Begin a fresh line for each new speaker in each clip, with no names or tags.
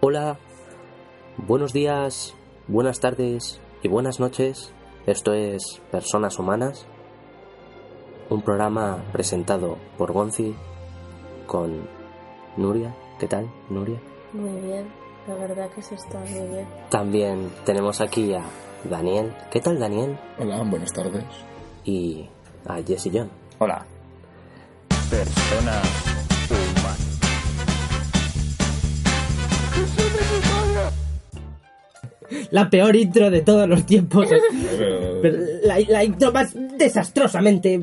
Hola, buenos días, buenas tardes y buenas noches. Esto es Personas Humanas, un programa presentado por Gonzi con Nuria. ¿Qué tal, Nuria?
Muy bien, la verdad que se está muy bien.
También tenemos aquí a Daniel. ¿Qué tal, Daniel?
Hola, buenas tardes.
Y a Jesse John.
Hola. Persona humana.
La peor intro de todos los tiempos.
Pero-
Pero la, la intro más desastrosamente.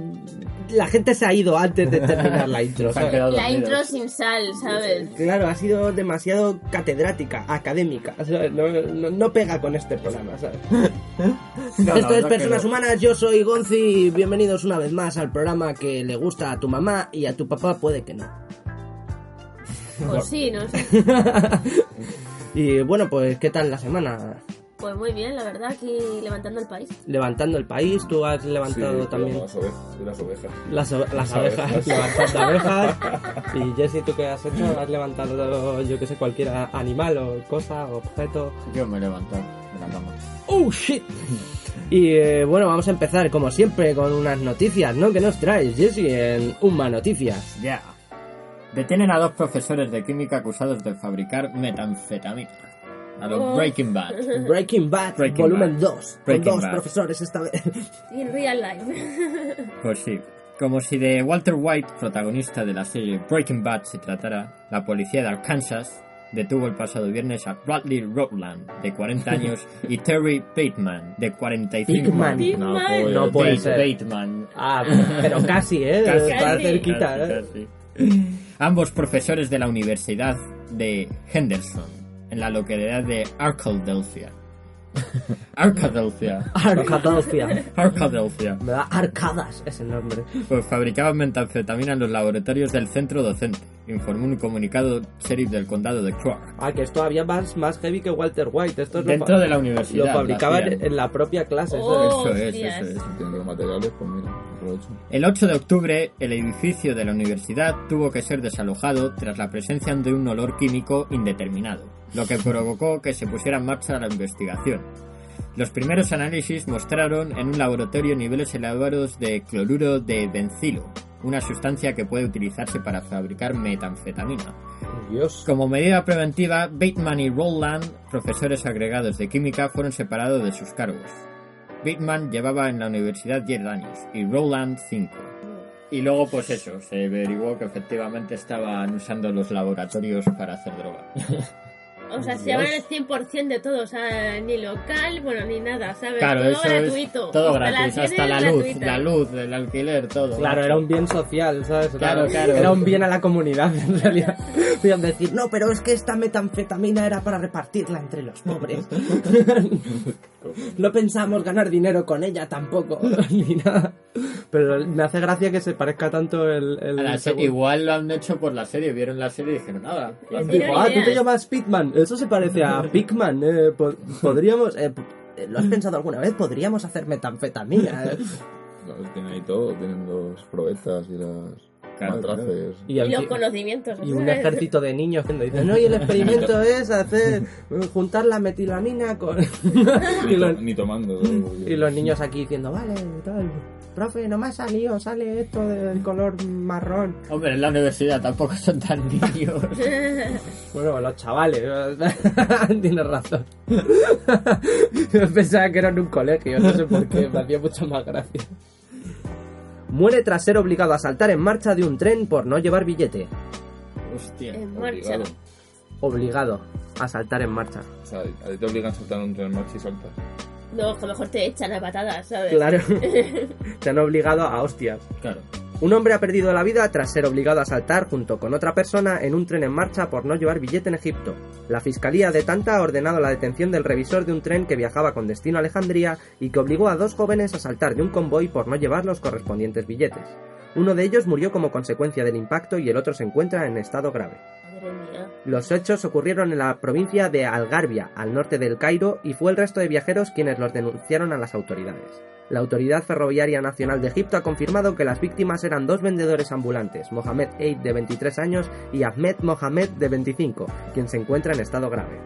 La gente se ha ido antes de terminar la intro.
Se han
¿sabes?
quedado
La
dormidos.
intro sin sal, ¿sabes?
Claro, ha sido demasiado catedrática, académica. ¿sabes? No, no- no pega con este programa, ¿sabes?
No,
Esto
no,
es
no
Personas
quedó.
Humanas, yo soy Gonzi. Bienvenidos una vez más al programa que le gusta a tu mamá y a tu papá, puede que no.
O Pues sí, no sé.
Y bueno, pues, ¿qué tal la semana?
Pues muy bien, la verdad, aquí levantando el país.
Levantando el país, tú has
Sí,
levantado
pero
también.
Las ovejas. Las ovejas.
Las, o- las
abejas.
abejas, levantando abejas. Y Jesse, ¿tú qué has hecho? ¿Has levantado, yo que sé, cualquier a- animal o cosa, objeto?
Yo me levanto, me levantamos.
¡Oh, shit! Y eh, bueno, vamos a empezar, como siempre, con unas noticias, ¿no? Que nos traes, Jesse, en Uma Noticias.
Ya. Detienen a dos profesores de química acusados de fabricar metanfetamina. A los
Oh.
Breaking Bad.
Breaking Bad,
Breaking
volumen
Bad.
2. Con
Breaking
dos
Bad.
profesores esta vez.
In real life.
Pues sí. Como si de Walter White, protagonista de la serie Breaking Bad, se tratara, la policía de Arkansas detuvo el pasado viernes a Bradley Rowland, de 40 años, y Terry Bateman, de 45
Pinkman.
No,
Pinkman.
puede-
No puede
Bate-
ser.
Bateman.
Ah, pero casi, ¿eh?
Casi.
Está cerquita,
Casi,
¿eh?
casi. Ambos profesores de la Universidad de Henderson, en la localidad de Arkadelphia. Arkadelphia.
Arcadelfia.
Arkadelphia.
Me da arcadas ese nombre.
Pues fabricaban metanfetamina en los laboratorios del centro docente, informó un comunicado sheriff del condado de Clark.
Ah, que esto había más, más heavy que Walter White. Esto es lo
Dentro
fa-
de la
Lo
universidad.
fabricaban
hacían.
en la propia clase.
Oh.
¿sabes?
Eso es,
Hostias.
eso es.
Si tienen los materiales, pues mira, aprovecho.
El 8 de octubre, el edificio de la universidad tuvo que ser desalojado tras la presencia de un olor químico indeterminado, lo que provocó que se pusiera en marcha la investigación. Los primeros análisis mostraron en un laboratorio niveles elevados de cloruro de bencilo, una sustancia que puede utilizarse para fabricar metanfetamina.
Dios.
Como medida preventiva, Bateman y Rowland, profesores agregados de química, fueron separados de sus cargos. Bateman llevaba en la universidad 10 años y Rowland 5. Y luego, pues eso, se averiguó que efectivamente estaban usando los laboratorios para hacer droga.
O sea, se llevan el 100% de todo, o sea, ni local, bueno, ni nada, ¿sabes?
Claro,
todo
eso
gratuito.
es todo
Instalaciones
gratis, hasta la luz,
gratuitas.
la luz, el alquiler, todo.
Claro, era un bien social, ¿sabes? Era-
Claro, claro.
Era un bien a la comunidad, en realidad. Podían decir, no, pero es que esta metanfetamina era para repartirla entre los pobres. no pensamos ganar dinero con ella tampoco, ni nada. Pero me hace gracia que se parezca tanto el... el
A la se-
segundo.
Igual lo han hecho por la serie, vieron la serie y dijeron, nada, lo hacemos".
Tiene
Digo, ah, tú te
ideas.
llamas Pitman. Eso se parece a Pigman. eh, po- podríamos... eh, ¿Lo has pensado alguna vez? Podríamos hacer metanfetamina. eh.
Claro, tienen ahí todo. Tienen los probetas y las
Claro,
matraces.
Y
Y
al
los
fi-
conocimientos.
Y un
¿sabes?
ejército de niños haciendo, dice, no, y el experimento es hacer, eh, juntar la metilamina con... y,
Ni, to-
los,
ni tomando. ¿no?
y los niños aquí diciendo, vale, tal, profe, no me ha salido, sale esto del color marrón.
Hombre, en la universidad tampoco son tan niños.
Bueno, los chavales, tienes razón. Yo pensaba que eran un colegio, no sé por qué, me hacía mucho más gracia. Muere tras ser obligado a saltar en marcha de un tren por no llevar billete.
Hostia.
En marcha.
Obligado.
Obligado a saltar en marcha.
O sea, a ti te obligan a saltar un tren marcha y saltas.
No, que a lo mejor te echan a patadas, ¿sabes?
Claro. Te han obligado a hostias.
Claro.
Un hombre ha perdido la vida tras ser obligado a saltar junto con otra persona en un tren en marcha por no llevar billete en Egipto. La fiscalía de Tanta ha ordenado la detención del revisor de un tren que viajaba con destino a Alejandría y que obligó a dos jóvenes a saltar de un convoy por no llevar los correspondientes billetes. Uno de ellos murió como consecuencia del impacto y el otro se encuentra en estado grave.
Madre mía.
Los hechos ocurrieron en la provincia de Algarbia, al norte del Cairo, y fue el resto de viajeros quienes los denunciaron a las autoridades. La Autoridad Ferroviaria Nacional de Egipto ha confirmado que las víctimas eran dos vendedores ambulantes, Mohamed Eid de 23 años y Ahmed Mohamed de 25, quien se encuentra en estado grave.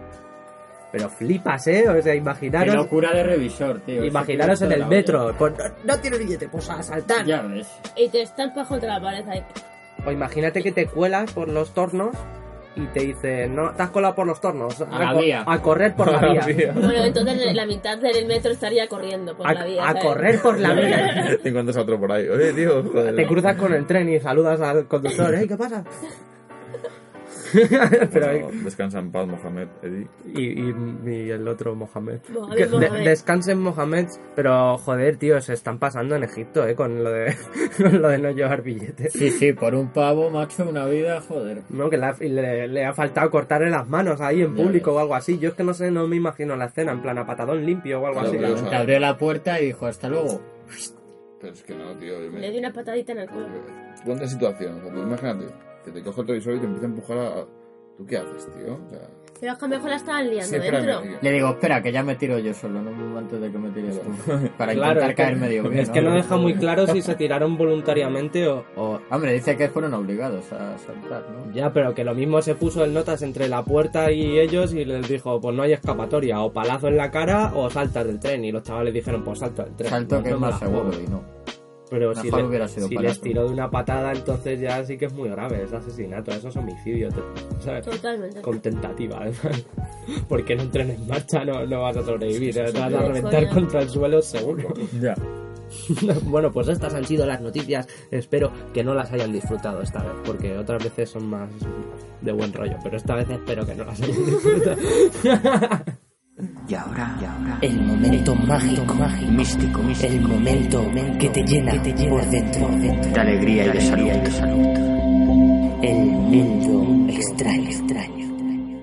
Pero flipas, ¿eh? O sea,
Qué
imaginaros,
locura de revisor, tío.
imaginaros
Eso
en
tiene
el
toda la
metro. pues, no, no tiene billete, pues a
olla.
asaltar.
Ya ves.
Y te estampas contra la pared ahí.
O imagínate que te cuelas por los tornos y te dicen, no, te has colado por los tornos.
A la
co-
vía.
a correr por la
La
vía.
vía.
Bueno, entonces la mitad del metro estaría corriendo por la vía.
A, a
¿sabes?
correr por la vía.
Te encuentras a otro por ahí. Oye, tío. joder.
Te cruzas con el tren y saludas al conductor, ¿eh? ¿Qué pasa? Pero-
Bueno, descansa en paz, Mohamed. Eddie.
y, y- y el otro Mohamed.
Mohamed,
Que- de-
Mohamed.
descansen Mohamed, pero joder, tío, se están pasando en Egipto, ¿eh? Con lo de, con lo de no llevar billetes.
Sí, sí, por un pavo, macho, una vida, joder.
No, que le ha, y le, le ha faltado cortarle las manos ahí en
Ya
público
ves.
o algo así. Yo es que no sé, no me imagino la escena, en plan a patadón limpio o algo
Claro,
así.
claro.
Te abrió la puerta y dijo hasta luego.
Pero es que no, tío. yo me-
Le di una patadita en el culo.
Ponte en situación. O sea, tú imagínate que te coge el revisor y te empieza a empujar a. ¿Tú qué haces, tío? O sea,
Pero es que a lo mejor la estaban liando
siempre hay
dentro.
metido.
Le digo, espera, que ya me tiro yo solo, no me antes de que me tires tú. Para
Claro,
intentar
es que-
caer medio bien.
Es que no deja muy
Joder.
claro si se tiraron voluntariamente o, o-
Hombre, dice que fueron obligados a saltar, ¿no?
Ya, pero que lo mismo se puso el notas entre la puerta y ellos y les dijo, pues no hay escapatoria, o palazo en la cara o saltas del tren. Y los chavales dijeron, pues salta del tren.
Salto
No,
que
no
es
me
más
la juego.
seguro y no.
Pero
Mejor
si, le-
hubiera sido
si
palazo.
les tiró de una patada, entonces ya sí que es muy grave, es asesinato, eso es homicidio, te- ¿sabes?
Totalmente.
Con tentativa, además. Porque en un tren en marcha no, no vas a sobrevivir, te vas a
sí.
reventar
Coño.
contra el suelo seguro.
Ya.
Bueno, pues estas han sido las noticias. Espero que no las hayan disfrutado esta vez, porque otras veces son más de buen rollo, pero esta vez espero que no las hayan disfrutado.
Y ahora, el momento mágico, místico, el momento que te llena, por dentro, de alegría y de salud. El mundo extraño,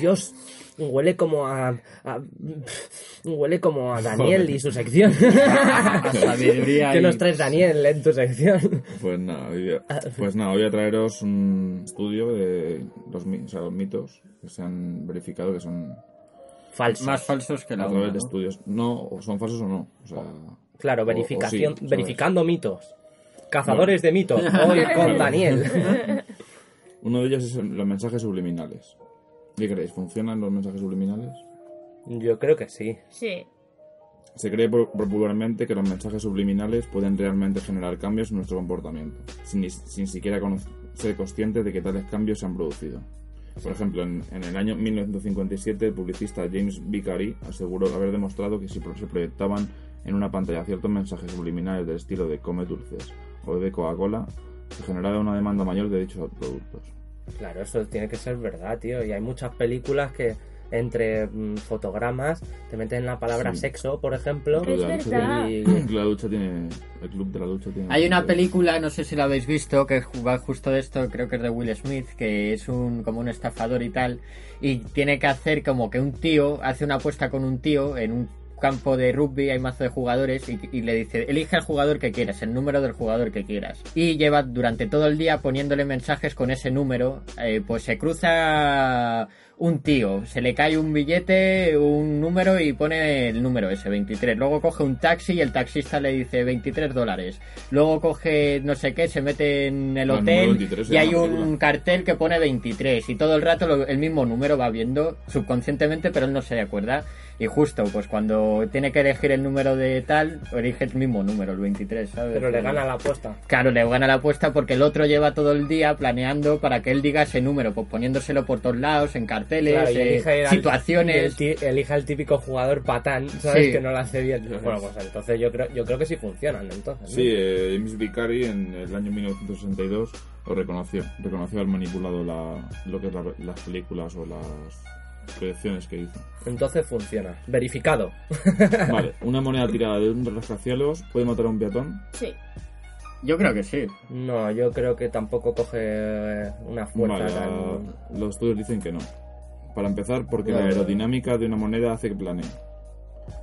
Dios, huele como a, a- huele como a Daniel y su sección.
A sabiduría
¿Qué
y-
nos traes Daniel en tu sección?
Pues nada, hoy día- pues nada, voy a traeros un estudio de los, mi- o sea, los mitos que se han verificado que son
Falso.
Más falsos que
a
la
través
otra,
de
¿no?
estudios. No, o son falsos o no. O sea,
claro,
o-
verificación,
o sí, ¿sabes?
verificando mitos. Cazadores de mitos, hoy con Daniel.
Uno de ellos es el- los mensajes subliminales. ¿Qué creéis? ¿Funcionan los mensajes subliminales?
Yo creo que sí.
Sí.
Se cree po- popularmente que los mensajes subliminales pueden realmente generar cambios en nuestro comportamiento, sin, ni- sin siquiera cono- ser conscientes de que tales cambios se han producido. Por ejemplo, en, en el año 1957 el publicista James Vicari aseguró haber demostrado que si pro- se proyectaban en una pantalla ciertos mensajes subliminales del estilo de come dulces o bebe Coca-Cola, se generaba una demanda mayor de dichos productos.
Claro, eso tiene que ser verdad, tío. Y hay muchas películas que entre mm, fotogramas te meten la palabra
Sí.
sexo, por ejemplo.
Es
la ducha
verdad.
tiene- la ducha tiene... El club de la ducha tiene...
Hay una película, no sé si la habéis visto, que va justo de esto, creo que es de Will Smith, que es un como un estafador y tal, y tiene que hacer como que un tío hace una apuesta con un tío en un campo de rugby, hay mazo de jugadores, y, y le dice, elige el jugador que quieras, el número del jugador que quieras. Y lleva durante todo el día poniéndole mensajes con ese número, eh, pues se cruza un tío, se le cae un billete, un número y pone el número ese, 23. Luego coge un taxi y el taxista le dice 23 dólares. Luego coge no sé qué, se mete en el
Ah, el número
hotel
23
y
era
hay
una
un
película.
cartel que pone 23 y todo el rato lo- el mismo número va viendo subconscientemente, pero él no se acuerda. Y justo, pues cuando tiene que elegir el número de tal, elige el mismo número, el 23, ¿sabes?
Pero le
Y-
gana la apuesta.
Claro, le gana la apuesta porque el otro lleva todo el día planeando para que él diga ese número, pues poniéndoselo por todos lados, en carteles,
Claro, y
eh,
elige al- y el
situaciones.
ti- elige al típico jugador patán, ¿sabes?
Sí.
Que no lo hace bien.
Claro.
Bueno, pues entonces yo creo, yo creo que sí funcionan, entonces. ¿no?
Sí, eh, James Vicari en el año 1962 lo reconoció. Reconoció haber manipulado la- lo que es la- las películas o las proyecciones que hizo.
Entonces funciona. Verificado.
Vale, una moneda tirada de un rascacielos puede matar a un peatón.
Sí.
Yo creo que sí.
No, yo creo que tampoco coge eh, una fuerza
Vale,
tan...
a- los estudios dicen que no. Para empezar, porque la
Vale.
aerodinámica de una moneda hace que planee.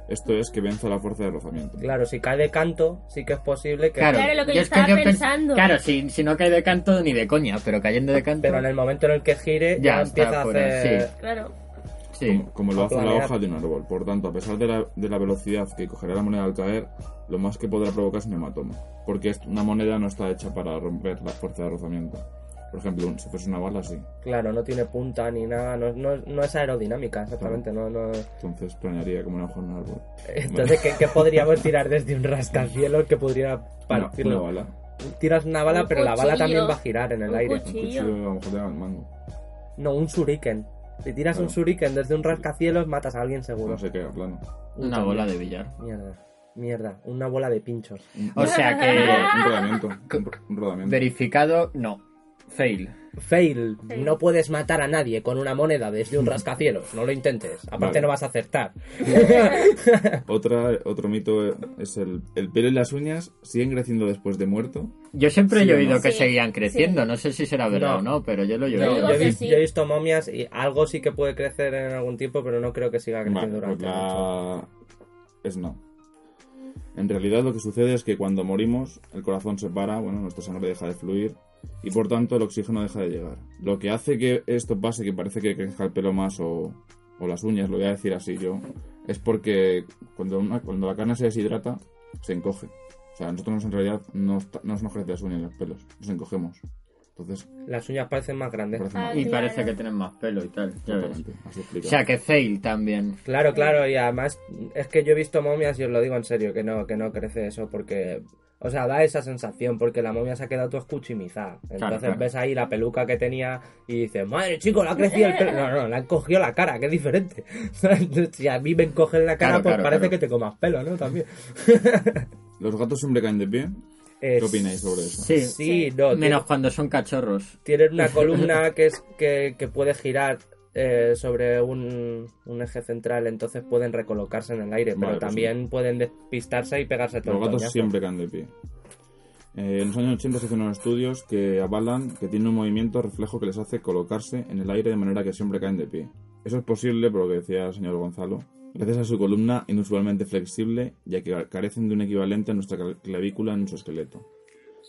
Esto es que venza la fuerza de rozamiento.
Claro, si cae de canto, sí que es posible que...
Claro,
Claro, lo que
yo
yo
es
estaba
pens-
pensando.
Claro, si, si no cae de canto ni de coña, pero cayendo de canto.
Pero en el momento en el que gire, ya,
Ya está
empieza a
fuera,
hacer...
sí.
Claro.
Sí.
como, como lo
a
hace la
planear.
hoja de un árbol. Por tanto, a pesar de la, de la velocidad que cogerá la moneda al caer, lo más que podrá provocar es un hematoma, porque es- una moneda no está hecha para romper la fuerza de rozamiento. Por ejemplo, un- si fuese una bala, sí.
Claro, no tiene punta ni nada, no, no- no es aerodinámica, exactamente. No, no...
Entonces planearía como una hoja de un árbol.
Entonces, ¿qué, qué podríamos tirar desde un rascacielos que podría
Una, una
partirlo?
bala.
Tiras una bala,
Un
pero la bala
cuchillo.
también va a girar en el
Un
aire.
Un
Cuchillo.
cuchillo a lo mejor te da el mango.
No, un shuriken. Si tiras
Claro.
un shuriken desde un rascacielos, matas a alguien seguro.
No se caiga plano.
Una bola de billar.
Mierda, mierda, una bola de pinchos.
O sea
Un
que.
ro- un rodamiento. Un ro- un rodamiento.
Verificado, no. Fail.
Fail,
Sí.
no puedes matar a nadie con una moneda desde un rascacielos, no lo intentes, aparte
Vale.
no vas a acertar.
Otra, otro mito es el, el pelo y las uñas siguen creciendo después de muerto.
Yo siempre
Sí,
he
¿no?
oído que
Sí,
seguían
sí.
creciendo. No sé si será verdad o
No.
no, pero yo lo he
Yo,
digo
oído.
yo he
que
vi-
sí.
yo he visto momias y algo sí que puede crecer en algún tiempo, pero no creo que siga
Vale,
creciendo
pues
durante mucho.
la... es no. En realidad lo que sucede es que cuando morimos, el corazón se para, bueno, nuestra sangre deja de fluir y por tanto el oxígeno deja de llegar. Lo que hace que esto pase, que parece que crezca el pelo más o, o las uñas, lo voy a decir así yo, es porque cuando, una- cuando la carne se deshidrata, se encoge. O sea, nosotros en realidad no, está- no nos crecen las uñas y los pelos, nos encogemos. Entonces,
Las uñas parecen más grandes.
parece
Ah,
mal.
Y parece
Claro.
que tienen más pelo y tal. ya ves.
Exactamente, así
O
explica.
sea que fail también.
Claro, claro, y además es que yo he visto momias y os lo digo en serio, que no, que no crece eso, porque, o sea, da esa sensación, porque la momia se ha quedado toda escuchimizada. Entonces
claro.
ves ahí la peluca que tenía y dices, madre chico, le ha crecido el pelo. No, no, le han cogido la cara, que es diferente. si a mí me encogen la cara,
Claro,
pues
claro,
parece
claro.
que te comas pelo, ¿no? También.
Los gatos siempre caen de pie.
Eh,
¿Qué opináis sobre eso?
Sí.
Sí, no, tiene-
Menos cuando son cachorros.
tienen una columna que es que, que puede girar eh, sobre un, un eje central, entonces pueden recolocarse en el aire, pero
Vale, pues
también pueden despistarse y pegarse todo
Los
el
gatos
coñazo.
siempre caen de pie. Eh, en los años 80 se hacen unos estudios que avalan que tienen un movimiento reflejo que les hace colocarse en el aire de manera que siempre caen de pie. Eso es posible, por lo que decía el señor Gonzalo, gracias a su columna inusualmente flexible, ya que carecen de un equivalente a nuestra cal- clavícula en su esqueleto.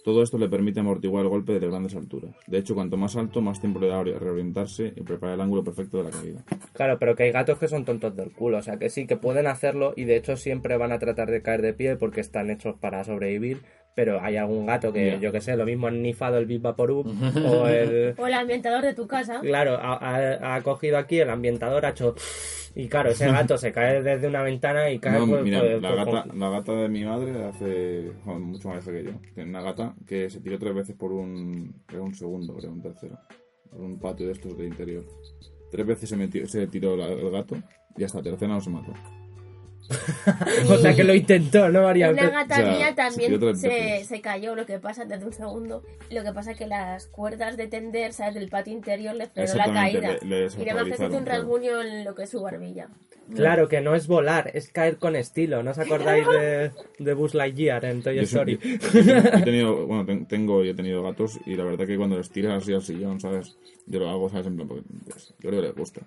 Todo esto le permite amortiguar el golpe de las grandes alturas. De hecho, cuanto más alto, más tiempo le da a reorientarse y preparar el ángulo perfecto de la caída.
Claro, pero que hay gatos que son tontos del culo, o sea que sí, que pueden hacerlo y de hecho siempre van a tratar de caer de pie porque están hechos para sobrevivir, pero hay algún gato que,
Ya.
yo que sé, lo mismo han nifado el Big Vaporub o el...
O el ambientador de tu casa.
Claro, ha, ha- ha cogido aquí el ambientador, ha hecho... Y claro, ese gato se cae desde una ventana y cae...
No,
pues-
mira,
pues-
la,
pues-
gata, la gata de mi madre hace joder, mucho más vieja que yo. Tiene una gata que se tiró tres veces por un, creo un segundo, creo un tercero. Por un patio de estos de interior. Tres veces se, metió, se tiró la- el gato y hasta la tercera no se mató.
O sea que lo intentó, ¿no, María?
Una gata
O sea,
mía
se tiró
también
tres
se,
veces.
se cayó, lo que pasa, desde un segundo. Lo que pasa que las cuerdas de tender, ¿sabes? Del patio interior le frenó la
Exactamente,
caída. y
le- le
además que se hizo
desestabilizaron,
un
claro.
rasguño en lo que es su barbilla.
Claro, que no es volar, es caer con estilo. ¿No os acordáis de, de Buzz Lightyear en Toy
Yo
Story?
siempre- yo he tenido, bueno, ten- tengo y he tenido gatos y la verdad que cuando los tiras así al sillón, ¿sabes? Yo lo hago, ¿sabes? En plan, porque pues, yo creo que les gusta.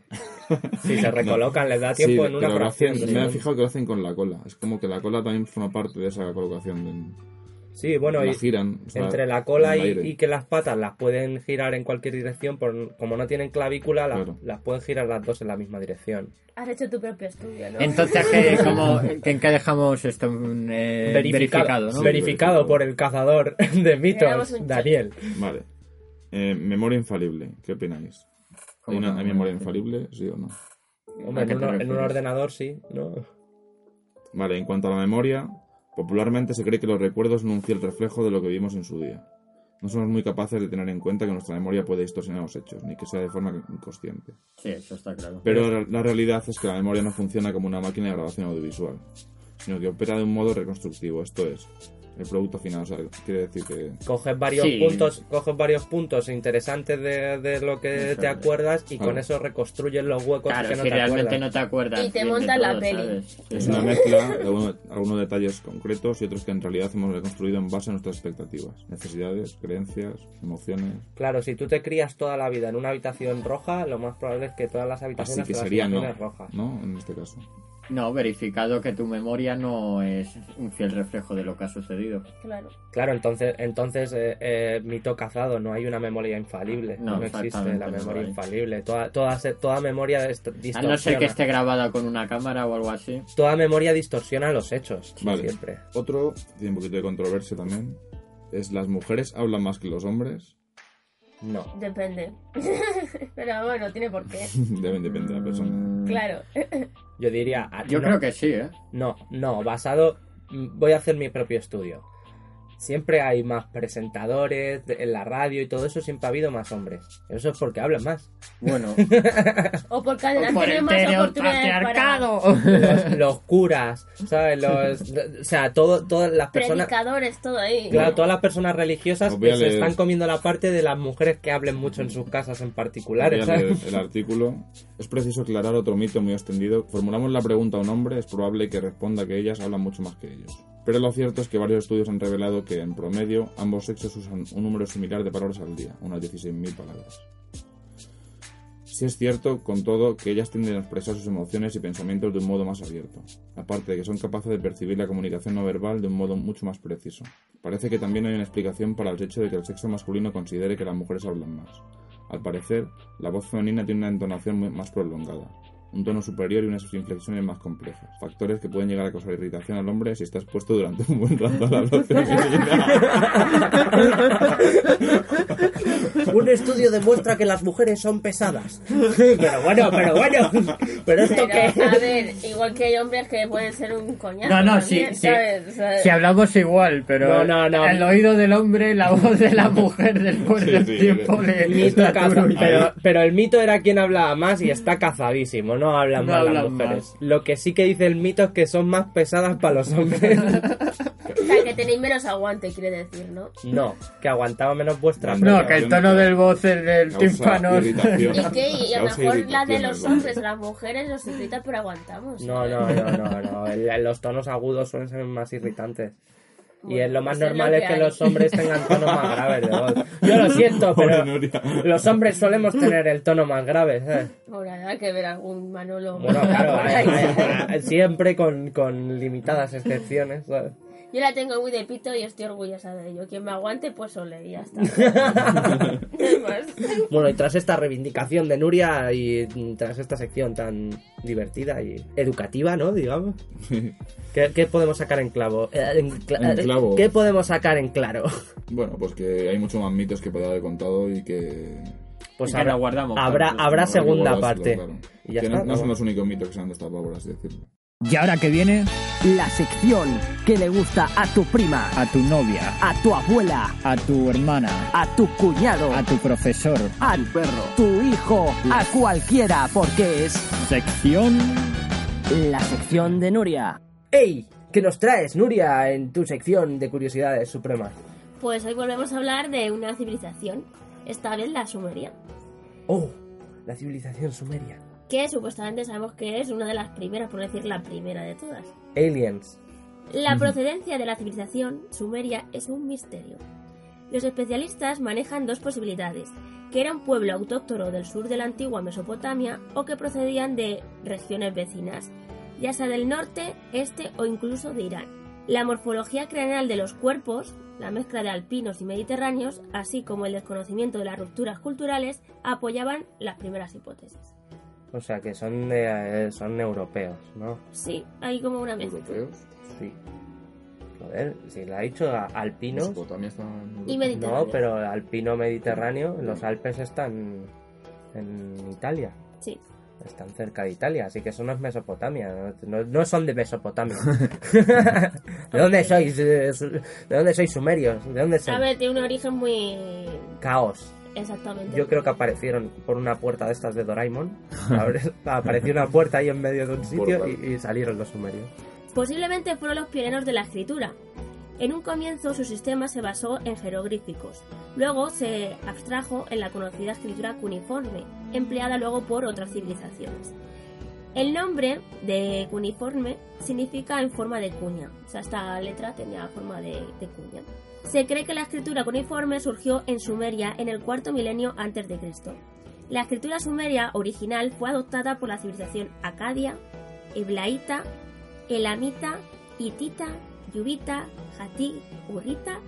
Si se recolocan, les da tiempo en una
pero lo
fracción.
hacen-
de
me he
segundo.
fijado que lo hacen con la cola. Es como que la cola también forma parte de esa colocación. de-
Sí, bueno,
la
y-
giran. o sea,
entre la cola
en el
y,
aire.
y que las patas las pueden girar en cualquier dirección, por- como no tienen clavícula, las,
Claro.
las pueden girar las dos en la misma dirección.
Has hecho tu propio estudio, ¿no?
Entonces, ¿qué, cómo, ¿en qué dejamos esto? Mm, eh, verificado, ¿no?
verificado
Sí. verificado. Ah,
por el cazador de
damos
mitos,
un
Daniel.
Vale. Eh, memoria infalible, ¿qué opináis? ¿Hay
¿Cómo
una
que
hay memoria infalible? ¿Sí o no?
Hombre,
¿A qué
en,
te
un, en un
refieres?
ordenador sí, ¿no?
Vale, en cuanto a la memoria, popularmente se cree que los recuerdos son un fiel reflejo de lo que vimos en su día. No somos muy capaces de tener en cuenta que nuestra memoria puede distorsionar los hechos, ni que sea de forma inconsciente.
Sí, eso está claro.
Pero la- la realidad es que la memoria no funciona como una máquina de grabación audiovisual, sino que opera de un modo reconstructivo, esto es, el producto final. O sea, quiere decir que
Coges varios
Sí.
puntos, coges varios puntos interesantes de, de lo que
Eso
te
es.
acuerdas y con
Ah.
eso reconstruyes los huecos
Claro,
que no
si
te
realmente
acuerdas.
no te acuerdas.
Y te
bien de
montan la
todo,
peli.
¿sabes? Sí.
Es
Eh.
una mezcla de alguno- algunos detalles concretos y otros que en realidad hemos reconstruido en base a nuestras expectativas, necesidades, creencias, emociones.
Claro, si tú te crías toda la vida en una habitación roja, lo más probable es que todas las
Así
habitaciones
que
sean
sería no,
rojas.
¿no? En este caso.
No, verificado que tu memoria no es un fiel reflejo de lo que ha sucedido.
Claro.
Claro, entonces, entonces eh, eh, mito cazado, no hay una memoria infalible.
No,
No, existe
exactamente,
la
no
memoria
hay.
infalible. Toda, toda, se- toda memoria est-
A
distorsiona.
no ser que esté grabada con una cámara o algo así.
Toda memoria distorsiona los hechos.
Vale.
Siempre.
Otro, tiene un poquito de controversia también, es las mujeres hablan más que los hombres.
No.
Depende. Pero bueno, tiene por qué.
Deben depender de la persona.
Mm,
Claro.
Yo diría. ah,
Yo
no,
creo que sí, ¿eh?
No, no. Basado. mm, Voy a hacer mi propio estudio. Siempre hay más presentadores de- en la radio y todo eso. Siempre ha habido más hombres. Eso es porque hablan más.
Bueno,
O porque
o
adelante
por
hay más
entero
oportunidades para
patriarcado.
Los, los curas, ¿sabes? Los, o sea, todo, todas las personas.
predicadores, todo ahí.
Claro, todas las personas religiosas
Os voy a
que se
leer.
están comiendo la parte de las mujeres que hablen mucho en sus casas en particular,
Voy a
¿sabes?
leer el artículo. Es preciso aclarar otro mito muy extendido. Formulamos la pregunta a un hombre, es probable que responda que ellas hablan mucho más que ellos. Pero lo cierto es que varios estudios han revelado que, en promedio, ambos sexos usan un número similar de palabras al día, unas 16.000 palabras. Sí es cierto, con todo, que ellas tienden a expresar sus emociones y pensamientos de un modo más abierto, aparte de que son capaces de percibir la comunicación no verbal de un modo mucho más preciso. Parece que también hay una explicación para el hecho de que el sexo masculino considere que las mujeres hablan más. Al parecer, la voz femenina tiene una entonación muy- más prolongada, un tono superior y unas inflexiones más complejas, factores que pueden llegar a causar irritación al hombre si está expuesto durante un buen rato a la voz femenina.
Un estudio demuestra que las mujeres son pesadas. Pero bueno, pero bueno. Pero esto
Pero, a
que.
ver, igual que hay hombres que pueden ser un coñazo.
No, no, sí,
también,
sí.
¿sabes? O sea,
Si hablamos igual, pero
No, no, no.
el oído del hombre, la voz de la mujer después
Sí,
del
sí,
tiempo
sí.
le
Mito
la
caza-
turulla.
pero, pero el mito era quien hablaba más y está cazadísimo, no hablan
No
más las
hablan
mujeres. Lo que sí que dice el mito es que son más pesadas para los hombres.
o sea, que tenéis menos aguante, quiere decir, ¿no?
No, que aguantaba menos vuestra
No, que el tono del voces del
Causa
tímpano.
irritación.
Y que y a lo
Causa
mejor la de
irritación
los
al
hombres, las mujeres nos irrita, pero aguantamos. ¿eh?
No, no, no, no, no. El- Los tonos agudos suelen ser más irritantes. y
Bueno,
es lo más
pues es lo
normal
que
es que
hay.
los hombres tengan tonos más graves de voz. Yo lo siento, pero
Pobre Nuria.
los hombres solemos tener el tono más grave, ¿sabes?
Ahora habrá que ver algún Manolo.
Bueno, claro,
por
hay-
ahí.
hay- hay- siempre con, con limitadas excepciones, ¿sabes?
Yo la tengo muy de pito y estoy orgullosa de ello. Quien me aguante, pues ole, y ya está. Más.
Bueno, y tras esta reivindicación de Nuria y tras esta sección tan divertida y educativa, ¿no? Digamos. ¿Qué, qué podemos sacar en clavo? Eh, en cla-
En clavo.
¿Qué podemos sacar en claro?
Bueno, pues que hay muchos más mitos que podía haber contado y que...
Pues
Y que
habrá,
la guardamos para
habrá,
el
habrá
que
segunda
guardárselo,
parte.
claro.
Y ya
Que
está,
no, no son
¿no?
los únicos mitos que se han destapado, por así decirlo.
Y ahora que viene,
La sección que le gusta a tu prima,
a tu novia,
a tu abuela,
a tu hermana,
a tu cuñado,
a tu profesor.
a tu perro, tu hijo, a cualquiera, porque es
Sección.
la sección de Nuria.
¡Ey! ¿Qué nos traes, Nuria, en tu sección de curiosidades supremas?
Pues hoy volvemos a hablar de una civilización, esta vez la sumeria,
¡Oh! La civilización sumeria.
que supuestamente sabemos que es una de las primeras, por decir la primera de todas.
Aliens.
La procedencia de la civilización sumeria es un misterio. Los especialistas manejan dos posibilidades, que era un pueblo autóctono del sur de la antigua Mesopotamia o que procedían de regiones vecinas, ya sea del norte, este o incluso de Irán. La morfología craneal de los cuerpos, la mezcla de alpinos y mediterráneos, así como el desconocimiento de las rupturas culturales, apoyaban las primeras hipótesis.
O sea, que son, de- eh, son europeos, ¿no?
Sí, hay como una mezcla.
Europeos.
Sí. Joder, si la ha dicho a- alpinos.
Mesopotamia está en Europa.
Y me- Mediterráneo.
No, pero alpino mediterráneo, los Alpes están en Italia.
Sí.
Están cerca de Italia, así que eso no es Mesopotamia. no- No, no son de Mesopotamia. ¿De dónde sois? eh, su- ¿De dónde sois sumerios? ¿De dónde sois?
A ver, tiene un origen muy...
Caos.
Exactamente.
Yo creo que aparecieron por una puerta de estas de Doraemon. Abre- Apareció una puerta ahí en medio de un sitio
Portal.
y, y salieron los sumerios.
Posiblemente fueron los pioneros de la escritura. En un comienzo su sistema se basó en jeroglíficos, luego se abstrajo en la conocida escritura cuneiforme, empleada luego por otras civilizaciones. El nombre de cuneiforme significa en forma de cuña, o sea, esta letra tenía forma de, de cuña. Se cree que la escritura cuneiforme surgió en Sumeria en el cuarto milenio antes de Cristo. La escritura sumeria original fue adoptada por la civilización acadia, Eblaíta, Elamita, Hitita, Yubita, Jatí, Urrita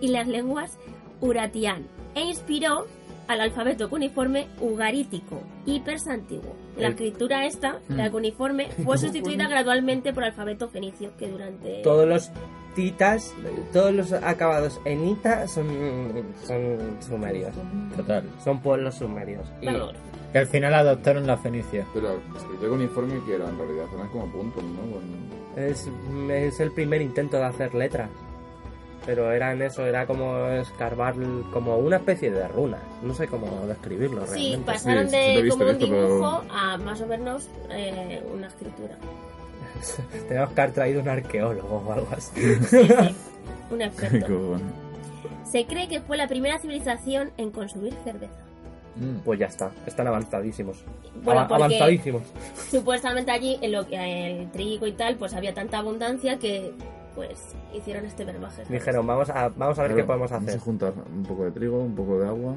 y las lenguas Uratián, e inspiró al alfabeto cuneiforme ugarítico y persa antiguo. La
El-
escritura esta, la cuneiforme, fue sustituida gradualmente por alfabeto fenicio, que durante...
Todos los titas, todos los acabados en ita son, son sumerios.
Total.
Son pueblos sumerios. Y
Vamos,
Que al final adoptaron la Fenicia.
Pero escritura con uniforme que era en realidad, eran como puntos, ¿no? Con-
es, es el primer intento de hacer letras. Pero eran eso, era como escarbar l- como una especie de runas. No sé cómo describirlo
Sí,
realmente.
pasaron
Sí, sí, lo he
de
visto,
como
lo he
un
visto, pero-
dibujo a más o menos eh, una escritura.
Tenemos que haber traído un arqueólogo o algo así.
Un experto.
con-
Se cree que fue la primera civilización en consumir cerveza.
Mm.
Pues ya está, están avanzadísimos.
Bueno,
Ava-
porque
Avanzadísimos.
supuestamente allí en lo que el trigo y tal, pues había tanta abundancia que pues hicieron este verbaje.
Dijeron, vamos a, vamos a ver
Claro,
qué podemos
Vamos a
hacer.
juntar un poco de trigo, un poco de agua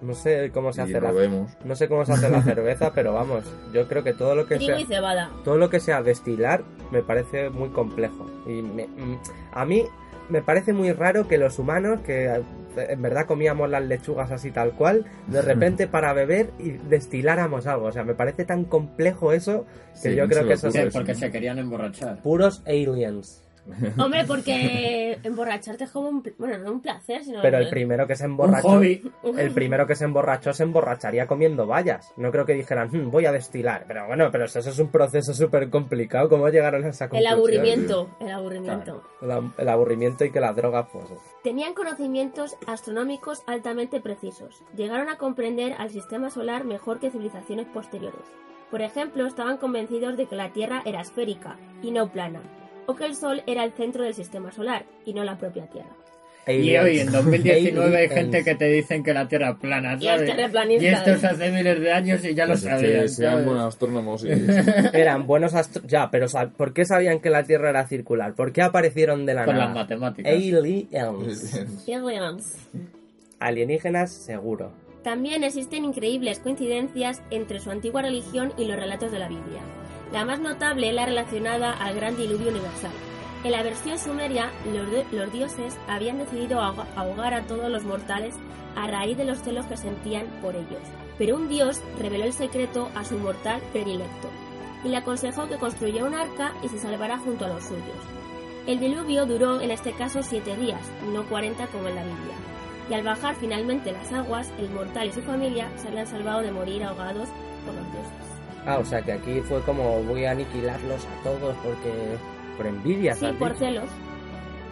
No sé cómo se
y
hace
lo
la
vemos.
No sé cómo se hace la cerveza, pero vamos, yo creo que todo lo que
Trigo
sea,
y cebada.
todo lo que sea destilar me parece muy complejo y me- mm, a mí me parece muy raro que los humanos que eh, en verdad comíamos las lechugas así tal cual, de repente para beber y destiláramos algo, o sea, me parece tan complejo eso que
Sí,
yo
no
creo
se
que
le
eso
ocurre.
es
Sí, porque se querían emborrachar.
puros aliens.
Hombre, porque emborracharte es como un, pl- bueno, no un placer, sino
Pero el primero que se emborrachó,
Un hobby.
el primero que se emborrachó se emborracharía comiendo vallas. No creo que dijeran, "Hmm, voy a destilar. Pero bueno, pero eso, eso es un proceso súper complicado. ¿Cómo llegaron a esa
el
conclusión?
aburrimiento, el aburrimiento.
La- el aburrimiento y que las drogas, pues.
Tenían conocimientos astronómicos altamente precisos. Llegaron a comprender al sistema solar mejor que civilizaciones posteriores. Por ejemplo, estaban convencidos de que la Tierra era esférica y no plana, o que el Sol era el centro del sistema solar y no la propia Tierra.
Y hoy, en 2019, hay
Aliens.
gente que te dicen que la Tierra es plana,
Y los
¿sabes?
terraplanistas.
Y esto es hace miles de años y ya lo
Pues es que
sabían,
sean
¿sabes?
buenos astrónomos y...
Eran buenos astro... Ya, pero sa- ¿por qué sabían que la Tierra era circular? ¿Por qué aparecieron de la
Por las
nada?
matemáticas.
Aliens.
Aliens.
Alienígenas, seguro.
También existen increíbles coincidencias entre su antigua religión y los relatos de la Biblia. La más notable es la relacionada al gran diluvio universal. En la versión sumeria, los, di- los dioses habían decidido ahoga- ahogar a todos los mortales a raíz de los celos que sentían por ellos. Pero un dios reveló el secreto a su mortal predilecto y le aconsejó que construyera un arca y se salvara junto a los suyos. El diluvio duró en este caso siete días, no 40 como en la Biblia y al bajar finalmente las aguas, el mortal y su familia se habían salvado de morir ahogados por los dioses.
Ah, o sea que aquí fue como voy a aniquilarlos a todos porque. Por envidia,
Sí,
¿sabes?
por celos.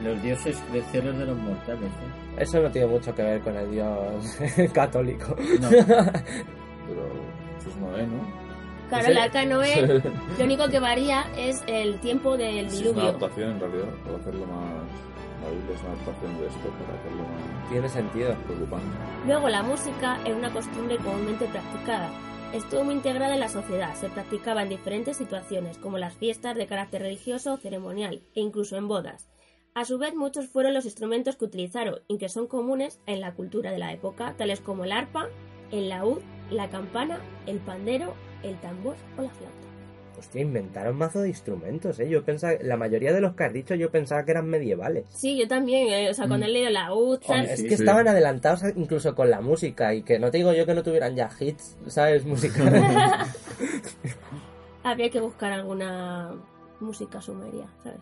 Los dioses crecieron de los mortales, ¿eh?
Eso no tiene mucho que ver con el dios católico.
No.
Pero pues no es, ¿no?
Claro,
Sí.
el arca de Noé, lo único que varía es el tiempo del
Sí, es una
diluvio.
adaptación en realidad, para hacerlo más... La Biblia es una adaptación de esto, para hacerlo más
tiene sentido.
preocupante.
Luego la música es una costumbre comúnmente practicada. Estuvo muy integrada en la sociedad, se practicaba en diferentes situaciones, como las fiestas de carácter religioso o ceremonial, e incluso en bodas. A su vez, muchos fueron los instrumentos que utilizaron y que son comunes en la cultura de la época, tales como el arpa, el laúd, la campana, el pandero, el tambor o la flauta.
Hostia, inventaron mazo de instrumentos, ¿eh? Yo pensaba, la mayoría de los que has dicho yo pensaba que eran medievales.
Sí, yo también, eh, o sea, cuando he leído laúd, tal,
Hombre,
Es
Sí,
que
sí.
estaban adelantados a- incluso con la música y que no te digo yo que no tuvieran ya hits, ¿sabes? Musicales.
habría que buscar alguna música sumeria, ¿sabes?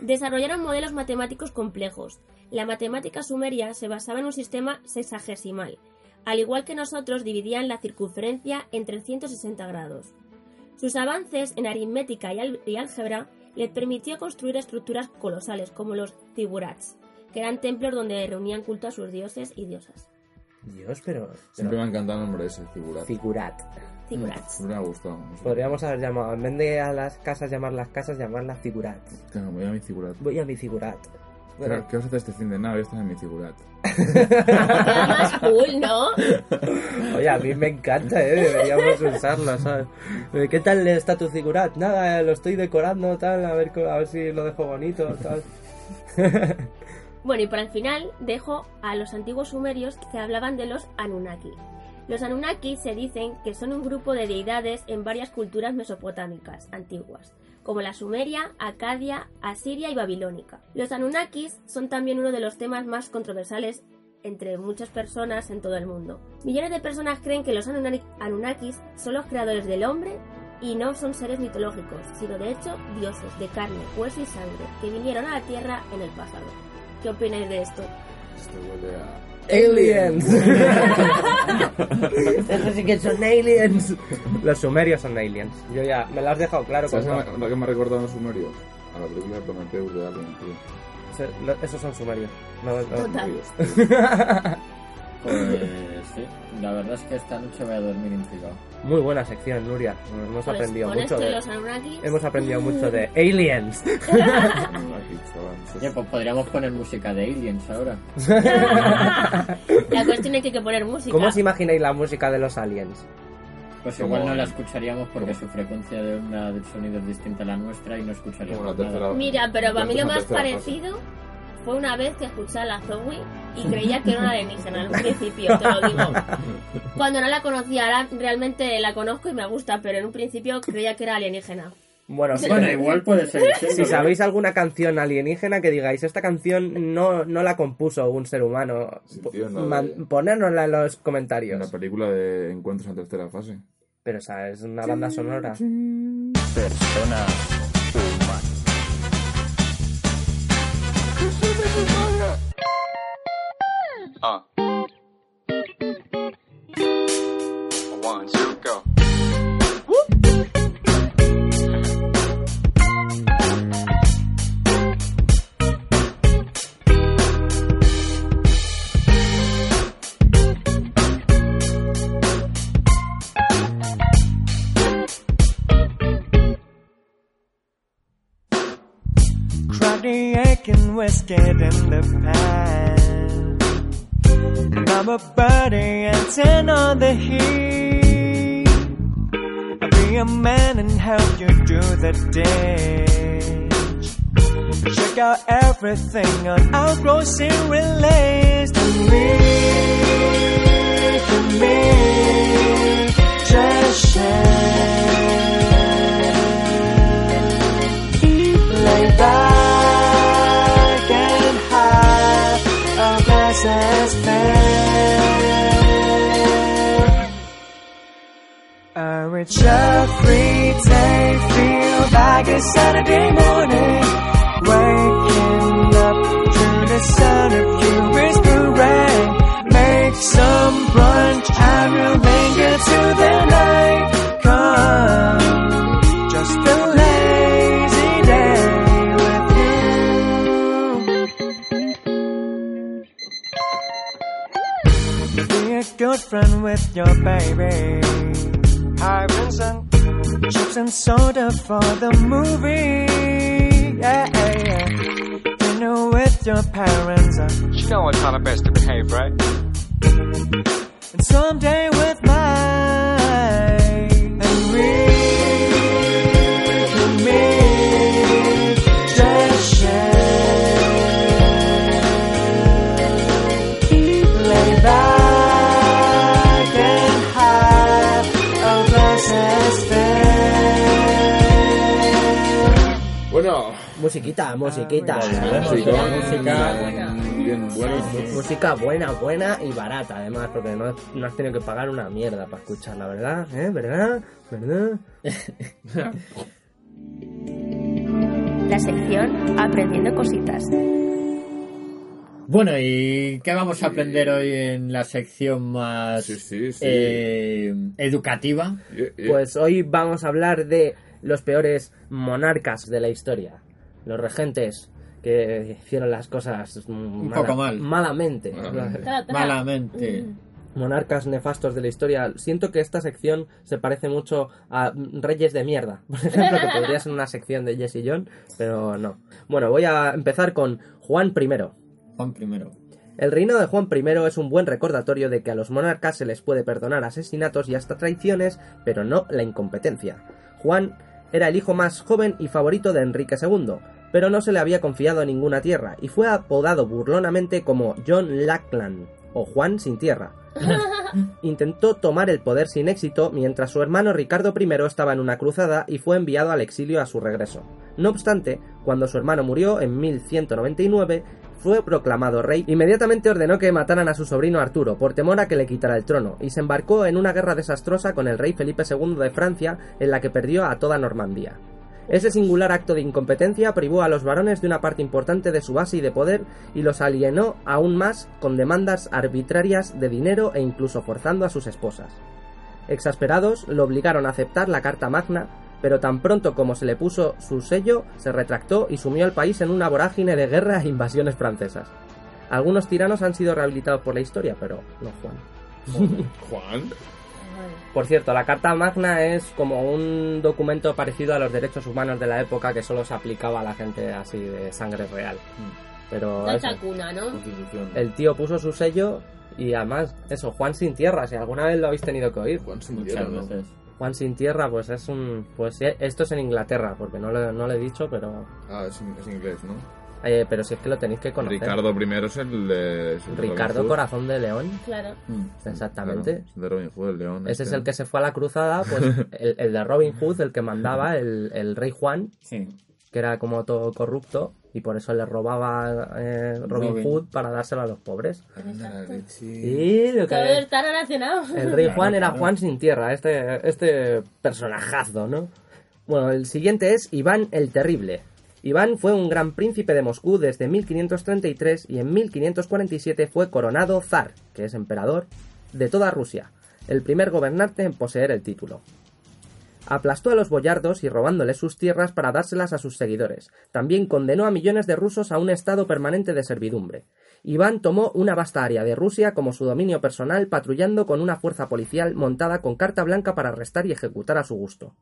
Desarrollaron modelos matemáticos complejos. La matemática sumeria se basaba en un sistema sexagesimal. Al igual que nosotros, dividían la circunferencia en 360 grados. Sus avances en aritmética y, al- y álgebra les permitió construir estructuras colosales como los ziburats, que eran templos donde reunían culto a sus dioses y diosas.
Dios, pero...
Siempre
pero
me ha encantado el nombre ese, figurar.
figurat.
Ziburats.
Siempre me ha gustado. no sé.
Podríamos haber llamado, en vez de a las casas llamar las casas, llamarlas figurat.
Claro, me voy a mi figurat.
Voy a mi figurat.
Claro, ¿Qué vas a hacer este fin de nada? Voy a estar en mi figurat.
Queda más cool, ¿no?
Oye, a mí me encanta, ¿eh? Deberíamos usarlo, ¿sabes? Eh, ¿Qué tal está tu figurat? Nada, eh, lo estoy decorando, tal, a ver, co- a ver si lo dejo bonito, tal.
Bueno, y para el final dejo a los antiguos sumerios que hablaban de los Anunnaki. Los Anunnaki se dicen que son un grupo de deidades en varias culturas mesopotámicas antiguas, como la sumeria, acadia, asiria y babilónica. Los Anunnakis son también uno de los temas más controversiales entre muchas personas en todo el mundo. Millones de personas creen que los Anunnaki- Anunnakis son los creadores del hombre y no son seres mitológicos, sino de hecho dioses de carne, hueso y sangre que vinieron a la Tierra en el pasado. ¿Qué opináis de esto?
Esto vuelve Este a...
Aliens.
Eso sí que son aliens.
Los sumerios son aliens. Yo ya me lo has dejado claro. con
pues
¿Sabes a
todo.
la- la que me ha recordado en los sumerios? A la película Prometheus de Alien, tío.
Se- lo- Esos son sumerios. No, no.
Total.
este,
Pues sí, la verdad es que esta noche voy a dormir intrigado.
Muy buena sección, Nuria. Hemos
Pues,
aprendido
con
mucho.
esto y
de-
los Anunnakis
Hemos aprendido mucho de aliens.
Aquí, chaval, eso es-
Oye, pues podríamos poner música de Aliens ahora.
La cuestión es que hay que poner música.
¿Cómo os imagináis la música de los aliens?
Pues
Como-
igual no la escucharíamos porque su frecuencia de onda de sonido es distinta a la nuestra y no escucharíamos
Como la
nada.
tercera...
Mira, pero para mí lo
la
más
tercera fase.
parecido fue una vez que escuché a la Zoe y creía que era una alienígena al principio, te lo digo. Cuando no la conocía, ahora realmente la conozco y me gusta, pero en un principio creía que era alienígena.
Bueno, si,
Bueno, igual puede ser.
si
¿eh?
sabéis alguna canción alienígena que digáis, esta canción no, no la compuso un ser humano,
Sí,
po-
tío, no,
man-
eh.
ponérnosla en los
En la
comentarios.
película de Encuentros en tercera fase.
Pero esa es una banda sonora.
Uh. One, two, go.
Crowding aching was getting the pan. I'm a buddy and turn on the heat. I'll be a man and help you do the dish. Check out everything on our grocery list and we can make just lay back and have a pleasant day. A rich free day feel like a Saturday morning. Waking up to the sound of Cupid's parade. Make some brunch and we'll linger till the night comes just a lazy day with you. Be a good friend with your baby. Hi, Vincent. Chips and soda for the movie. Yeah, yeah, yeah. Dinner with your parents. uh,
You know it's not the best to behave, right?
And someday with mine. And we can make just share. Lay back and Oh, have a blessed day.
Bueno,
Ah,
Musiquita, musiquita.
sí, con
música buena.
Bien, bueno.
Música buena, buena y barata, además, porque no, no has tenido que pagar una mierda para escucharla, ¿verdad? ¿Eh? ¿Verdad? ¿Verdad?
La sección Aprendiendo Cositas.
Bueno, ¿y qué vamos a aprender hoy en la sección más
Sí, sí, sí.
eh, educativa?
Eh, eh,
Pues hoy vamos a hablar de los peores monarcas de la historia. Los regentes que hicieron las cosas mm, mala-
poco mal.
malamente.
Malamente.
Tra, tra.
Malamente.
Mm.
Monarcas nefastos de la historia. Siento que esta sección se parece mucho a mm, Reyes de mierda. Por ejemplo, que podría ser una sección de Jesse John, pero no. Bueno, voy a empezar con Juan I.
Juan primero.
El reino de Juan I es un buen recordatorio de que a los monarcas se les puede perdonar asesinatos y hasta traiciones, pero no la incompetencia. Juan era el hijo más joven y favorito de Enrique II, pero no se le había confiado ninguna tierra y fue apodado burlonamente como John Lackland o Juan sin tierra. intentó tomar el poder sin éxito mientras su hermano Ricardo I estaba en una cruzada y fue enviado al exilio a su regreso. No obstante, cuando su hermano murió en 1199, fue proclamado rey, inmediatamente ordenó que mataran a su sobrino Arturo por temor a que le quitara el trono, y se embarcó en una guerra desastrosa con el rey Felipe II de Francia en la que perdió a toda Normandía. Ese singular acto de incompetencia privó a los varones de una parte importante de su base y de poder y los alienó aún más con demandas arbitrarias de dinero e incluso forzando a sus esposas. Exasperados, lo obligaron a aceptar la Carta Magna, pero tan pronto como se le puso su sello, se retractó y sumió al país en una vorágine de guerra e invasiones francesas. Algunos tiranos han sido rehabilitados por la historia, pero no Juan.
Juan.
Por cierto, la Carta Magna es como un documento parecido a los derechos humanos de la época que solo se aplicaba a la gente así de sangre real. Pero
Tanta
eso,
cuna, ¿no?
Constitución.
el tío puso su sello y además, eso, Juan sin tierra, si alguna vez lo habéis tenido que oír.
Juan sin tierra,
Muchas
Ah, ¿no?
veces.
Juan sin tierra, pues es un... Pues sí, esto es en Inglaterra, porque no lo, no lo he dicho, pero...
Ah, es, es inglés, ¿no?
eh, pero si es que lo tenéis que conocer.
Ricardo I es el de... es el de
Ricardo
Robin Hood.
Corazón de León,
Claro.
Mm.
exactamente.
Claro, es el de Robin Hood, el león. este.
Ese es el que se fue a la cruzada, pues el, el de Robin Hood, el que mandaba, el- el rey Juan,
Sí.
que era como todo corrupto y por eso le robaba eh, Robin,
Robin.
Hood para dárselo a los pobres.
Sí.
Y lo que-
Todo está relacionado.
el rey
Claro,
Juan era
claro.
Juan sin tierra, este, este personajazo, ¿no? Bueno, el siguiente es Iván el Terrible. Iván fue un gran príncipe de Moscú desde 1533 y en 1547 fue coronado zar, que es emperador, de toda Rusia, el primer gobernante en poseer el título. Aplastó a los boyardos y robándoles sus tierras para dárselas a sus seguidores. También condenó a millones de rusos a un estado permanente de servidumbre. Iván tomó una vasta área de Rusia como su dominio personal, patrullando con una fuerza policial montada con carta blanca para arrestar y ejecutar a su gusto.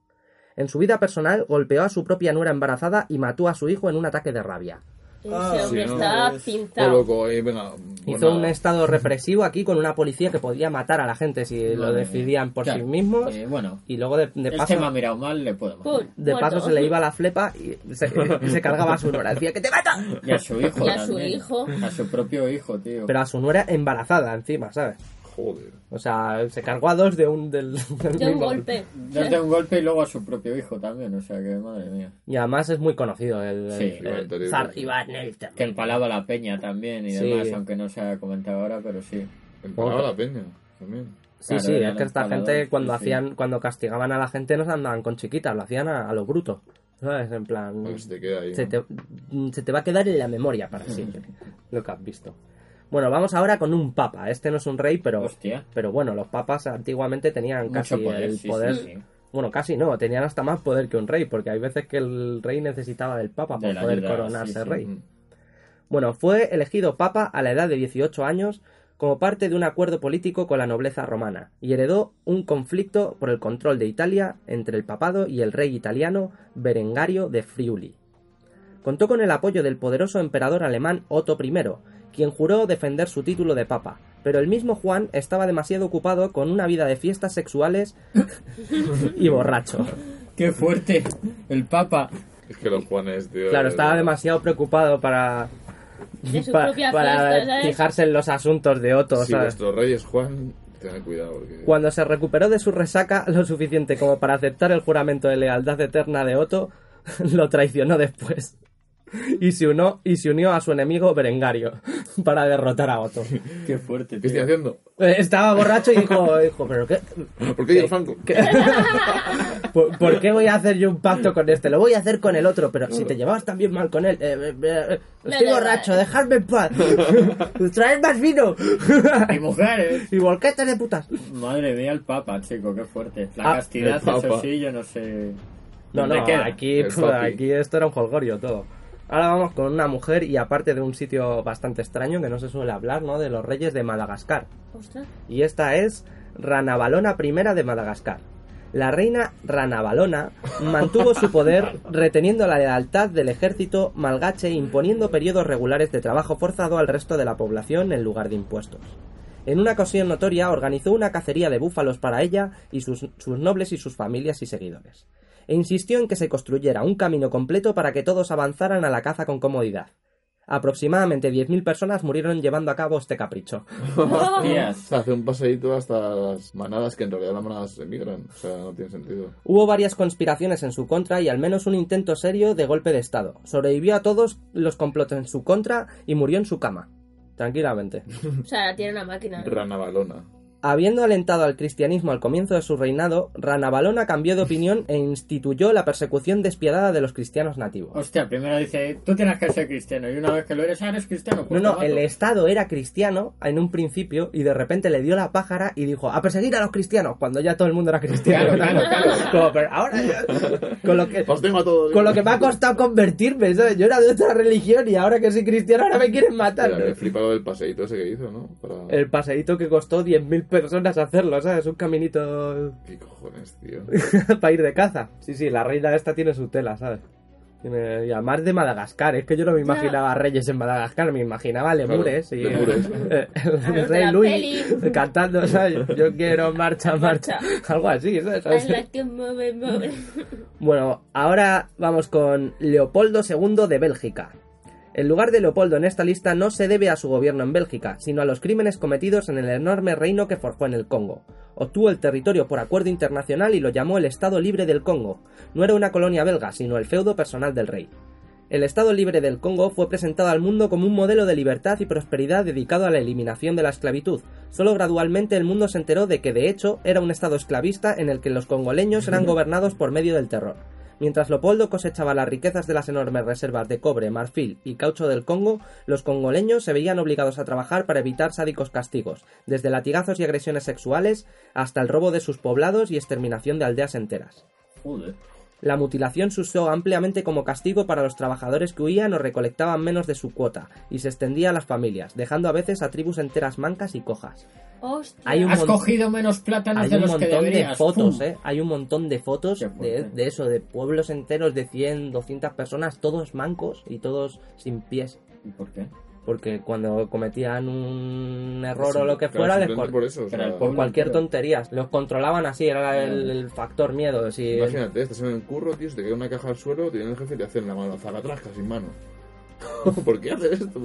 En su vida personal golpeó a su propia nuera embarazada y mató a su hijo en un ataque de rabia.
Ese
Ah,
hombre
sí, ¿no?
está
Es-
Todo
pinzado.
loco, eh, venga.
Hizo
Pues
bueno,
un estado represivo aquí con una policía que podía matar a la gente si lo
Vale.
decidían por
Claro.
sí mismos.
Eh, bueno,
Y luego de, de
el
paso...
tema ha mirado mal, le puedo matar.
Pum,
De
muerto.
paso se le iba la flepa y se, y se cargaba a su nuera. Decía que te mata.
Y a su hijo.
Y a su
también.
hijo.
A su propio hijo, tío.
Pero a su nuera embarazada encima, ¿sabes?
Joder.
O sea, se cargó a dos de un del, del
De un
mismo-
golpe.
Darte un golpe y luego a su propio hijo también, o sea que madre mía.
Y además es muy conocido el,
Sí,
el- el
Iván
Zar
Terrible.
Iván el
Que
Terrible.
empalaba la peña también y
Sí.
demás, aunque no se ha comentado ahora, pero sí.
Empalaba la peña, también.
Sí,
Claro,
sí,
era
es que
el
esta
empalador,
gente
sí,
cuando
sí.
hacían, cuando castigaban a la gente no se andaban con chiquitas, lo hacían a, a lo bruto. ¿Sabes? En plan.
A ver si te queda ahí.
se
¿no?
te, mm, se te va a quedar en la memoria para siempre. lo que has visto. Bueno, vamos ahora con un papa. Este no es un rey, pero.
Hostia.
Pero bueno, los papas antiguamente tenían casi
Mucho poder,
el
sí,
poder.
sí, sí.
Bueno, casi no, tenían hasta más poder que un rey, porque hay veces que el rey necesitaba del papa
De
para
la
poder
ayuda,
coronarse
sí, sí.
rey. Bueno, fue elegido papa a la edad de 18 años como parte de un acuerdo político con la nobleza romana y heredó un conflicto por el control de Italia entre el papado y el rey italiano Berengario de Friuli. Contó con el apoyo del poderoso emperador alemán Otto I, quien juró defender su título de papa, pero el mismo Juan estaba demasiado ocupado con una vida de fiestas sexuales y borracho.
¡Qué fuerte! El Papa.
Es que los Juanes, tío. eh,
Claro,
es-
estaba demasiado preocupado para
De su
pa-
propia
para
fiesta, ¿sabes?
fijarse en los asuntos de Otto,
Si
¿sabes?
vuestro rey es Juan, tened cuidado. Porque...
Cuando se recuperó de su resaca lo suficiente como para aceptar el juramento de lealtad eterna de Otto, lo traicionó después. Y se, unió, y se unió a su enemigo Berengario para derrotar a Otto.
¡Qué fuerte,
¿Qué estoy
tío!
haciendo?
Eh, Estaba borracho y dijo, dijo ¿pero qué,
¿Por qué digo Franco?
qué- ¿Por, por qué voy a hacer yo un pacto con este? Lo voy a hacer con el otro, pero si te llevabas tan bien mal con él... eh, eh, eh,
No,
estoy
no,
borracho,
no.
dejadme en paz. Pues Traed más vino.
¡Y mujeres!
y volquetes de putas.
Madre mía, el Papa, chico, qué fuerte. La
Ah,
castidad,
el Papa.
eso sí, yo no sé.
No,
¿Dónde
no,
queda?
aquí,
El
pf,
papi.
aquí esto era un jolgorio todo. Ahora vamos con una mujer y aparte de un sitio bastante extraño que no se suele hablar, ¿no? De los reyes de Madagascar.
Ostras.
Y esta es Ranavalona I de Madagascar. La reina Ranavalona mantuvo su poder reteniendo la lealtad del ejército malgache e imponiendo periodos regulares de trabajo forzado al resto de la población en lugar de impuestos. En una ocasión notoria organizó una cacería de búfalos para ella y sus, sus nobles y sus familias y seguidores. E insistió en que se construyera un camino completo para que todos avanzaran a la caza con comodidad. aproximadamente 10.000 personas murieron llevando a cabo este capricho.
Tías.
O sea, hace un paseíto hasta las manadas que en realidad las manadas emigran. O sea, no tiene sentido.
Hubo varias conspiraciones en su contra y al menos un intento serio de golpe de Estado. Sobrevivió a todos los complots en su contra y murió en su cama. Tranquilamente.
O sea, tiene una máquina.
Rana balona.
Habiendo alentado al cristianismo al comienzo de su reinado, Ranavalona cambió de opinión e instituyó la persecución despiadada de los cristianos nativos.
Hostia, primero dice, tú tienes que ser cristiano. Y una vez que lo eres, ah, eres cristiano.
No,
pues te
no,
mato.
el Estado era cristiano en un principio y de repente le dio la pájara y dijo a perseguir a los cristianos cuando ya todo el mundo era cristiano.
Claro, claro, claro.
Como, pero ahora ya- con lo que
Os tengo a todos.
con lo que me ha costado convertirme, ¿sabes? Yo era de otra religión y ahora que soy cristiano ahora me quieren matar.
Mira, me flipa lo del paseíto ese que hizo, ¿no? Para...
El paseíto que costó 10.000 personas hacerlo, ¿sabes? Un caminito
¿Qué cojones, tío?
para ir de caza. Sí, sí, la reina esta tiene su tela, ¿sabes? Tiene- y además de Madagascar, es que yo no me imaginaba reyes en Madagascar, me imaginaba lemures y
lemures.
eh, el
de
rey
la
Luis
peli.
cantando, ¿sabes? Yo quiero marcha, marcha, algo así, ¿sabes?
I like to move, move.
Bueno, ahora vamos con Leopoldo II de Bélgica. El lugar de Leopoldo en esta lista no se debe a su gobierno en Bélgica, sino a los crímenes cometidos en el enorme reino que forjó en el Congo. Obtuvo el territorio por acuerdo internacional y lo llamó el Estado Libre del Congo. No era una colonia belga, sino el feudo personal del rey. El Estado Libre del Congo fue presentado al mundo como un modelo de libertad y prosperidad dedicado a la eliminación de la esclavitud. Solo gradualmente el mundo se enteró de que, de hecho, era un Estado esclavista en el que los congoleños eran gobernados por medio del terror. Mientras Leopoldo cosechaba las riquezas de las enormes reservas de cobre, marfil y caucho del Congo, los congoleños se veían obligados a trabajar para evitar sádicos castigos, desde latigazos y agresiones sexuales hasta el robo de sus poblados y exterminación de aldeas enteras.
Joder.
La mutilación se usó ampliamente como castigo para los trabajadores que huían o recolectaban menos de su cuota, y se extendía a las familias, dejando a veces a tribus enteras mancas y cojas.
Hostia.
Hay un
Has
mon-
cogido menos plátanos
Hay
de
un
los que
montón de
deberías.
fotos,
¡Pum!
¿eh? Hay un montón de fotos
Qué
de,
fuerte.
de eso, de pueblos enteros de 100, 200 personas, todos mancos y todos sin pies.
¿Y ¿Por qué?
Porque cuando cometían un error
Claro,
o lo que fuera, les
simplemente
cor-
por eso. o
Pero el
sea,
pueblo-
cualquier tontería. Los controlaban así, era el, el factor miedo. Si
Imagínate, estás en el curro, tío, se te cae una caja al suelo, te viene el jefe y te hacen la mano zacatrasca sin mano. ¿Por qué haces esto?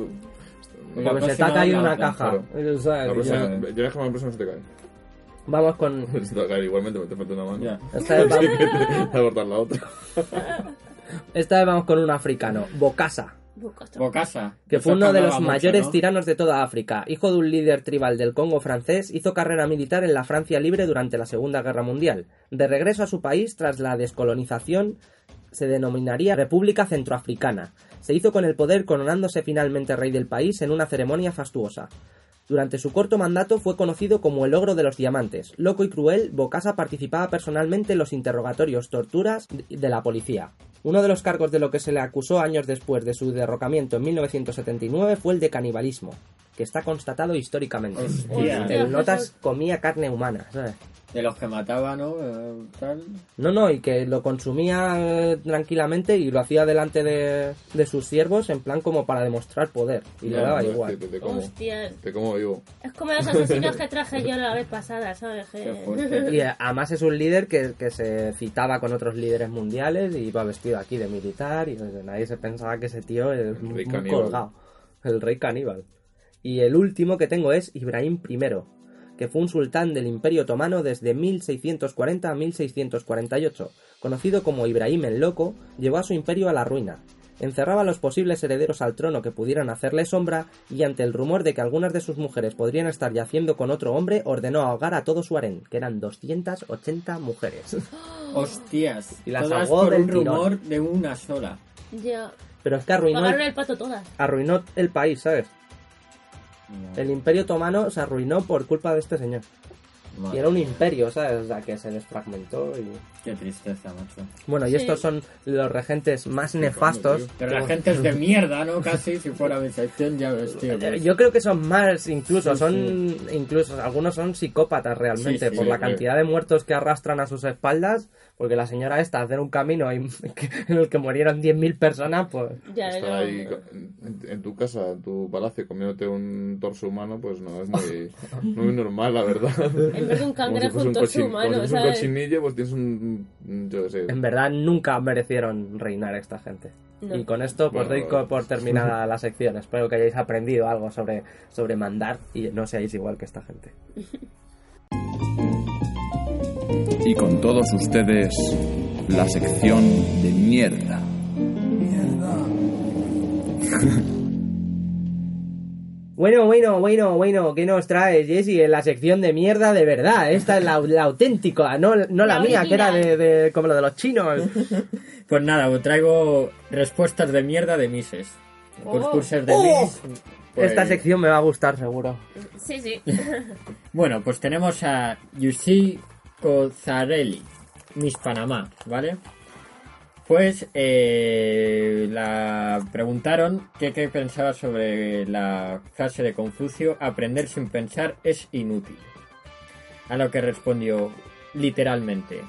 la
porque se te
próxima
ha caído
habla
una
otra,
caja. O sea,
La
ya- eh.
próxima, ya ves que la próxima se te cae.
Vamos con.
Se te va a caer igualmente, porque te falta una mano.
Ya.
Esta vez,
Así
vamos,
que te vas a cortar la otra.
esta vez vamos con un africano, Bokassa,
Busca otro.
Bocasa.
que
Eso
fue uno de
sonaba
los
mucho,
mayores
¿no?
tiranos de toda África. Hijo de un líder tribal del Congo francés, hizo carrera militar en la Francia libre durante la Segunda Guerra Mundial. De regreso a su país tras la descolonización, se denominaría República Centroafricana. Se hizo con el poder coronándose finalmente rey del país en una ceremonia fastuosa. Durante su corto mandato fue conocido como el ogro de los diamantes. Loco y cruel, Bocasa participaba personalmente en los interrogatorios, torturas de la policía. Uno de los cargos de lo que se le acusó años después de su derrocamiento en 1979 fue el de canibalismo, que está constatado históricamente.
Hostia.
El Notas comía carne humana, ¿sabes?
De los que mataba, ¿no? Eh, tal.
No, no, y que lo consumía eh, tranquilamente y lo hacía delante de, de sus siervos en plan como para demostrar poder. Y le
No,
daba
no,
igual.
es que Te, te como,
Hostias.
te como vivo.
Es como los asesinos que traje yo la vez pasada, ¿sabes? Que-
Qué fuerte.
Y eh, además es un líder que, que se citaba con otros líderes mundiales y iba vestido aquí de militar y eh, nadie se pensaba que ese tío es
El
un,
rey
un
caníbal.
colgado. El rey caníbal. Y el último que tengo es Ibrahim I, que fue un sultán del Imperio Otomano desde 1640 a 1648. Conocido como Ibrahim el Loco, llevó a su imperio a la ruina. Encerraba a los posibles herederos al trono que pudieran hacerle sombra y ante el rumor de que algunas de sus mujeres podrían estar yaciendo con otro hombre, ordenó ahogar a todo su harén, que eran 280 mujeres.
Hostias.
Y las
Todas
ahogó
por un
del tirón.
rumor de una sola.
Ya.
Pero es que arruinó
Pagaron
el,
el pato todas.
arruinó el país, ¿sabes? El imperio otomano se arruinó por culpa de este señor.
Madre,
Y era un imperio, ¿sabes? O sea, que se desfragmentó y...
Qué tristeza, macho.
Bueno, y
Sí.
estos son los regentes más nefastos.
Pero la gente es de mierda, ¿no? Casi, si fuera mi sección, ya ves, tío.
Eh,
pues.
Yo creo que son más, incluso,
Sí,
son incluso algunos son psicópatas realmente
Sí, sí,
por
sí,
la
sí.
cantidad de muertos que arrastran a sus espaldas, porque la señora esta hacer un camino en en el que murieron 10.000 personas, pues
Ya,
Estar
no.
ahí co- en, en tu casa, en tu palacio, comiéndote un torso humano, pues no es muy, muy normal, la verdad.
En en vez de un
Como si
cangrejo,
fuese un,
un torso
cochin- como si
humano,
fuese un
¿sabes?
cochinillo, pues tienes un. un- Yo qué sé.
En verdad nunca merecieron reinar esta gente.
No.
Y con esto pues
Bueno,
doy co- por terminada la sección. Espero que hayáis aprendido algo sobre, sobre mandar y no seáis igual que esta gente.
Y con todos ustedes, la sección de mierda.
Bueno, bueno, bueno, bueno, ¿qué nos traes, Jessy? En la sección de mierda de verdad. Esta es la, la auténtica, no, no la,
La
mía, que era de,
original.
de- como lo de los chinos.
Pues nada, os traigo respuestas de mierda de Mises.
Oh.
Concursos de
Oh.
Mises. Pues,
Esta sección me va a gustar, seguro.
Sí, sí.
Bueno, pues tenemos a Yushi Kozarelli, Miss Panamá, ¿vale? Pues eh, la preguntaron qué qué pensaba sobre la frase de Confucio, aprender sin pensar es inútil. A lo que respondió literalmente,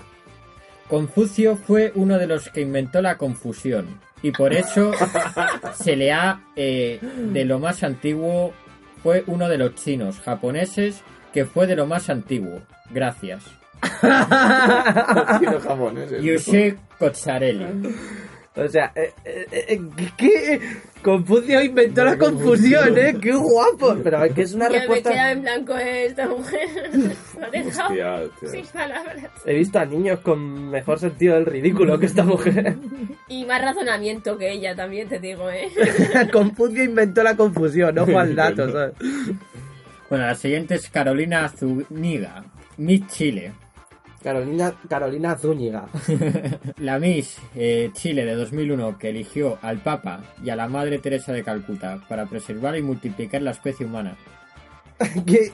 Confucio fue uno de los que inventó la confusión y por eso se le ha eh, de lo más antiguo fue uno de los chinos japoneses que fue de lo más antiguo. Gracias.
Tiene
Eh,
jamones.
Yushe Kotsarelli.
O sea, eh, eh, eh, ¿qué? Confucio inventó la confusión, ¿eh? ¡Qué guapo! Pero es que es una
Ya me he quedado
respuesta...
en blanco eh, esta mujer. Me ha dejado
Hostia, hostia.
sin palabras.
He visto a niños con mejor sentido del ridículo que esta mujer.
Y más razonamiento que ella también, te digo, ¿eh?
Confucio inventó la confusión, ojo al dato, ¿sabes?
Bueno, la siguiente es Carolina Zuniga, Miss Chile.
Carolina, Carolina Zúñiga.
La Miss eh, Chile de 2001 que eligió al Papa y a la Madre Teresa de Calcuta para preservar y multiplicar la especie humana.
¿Qué?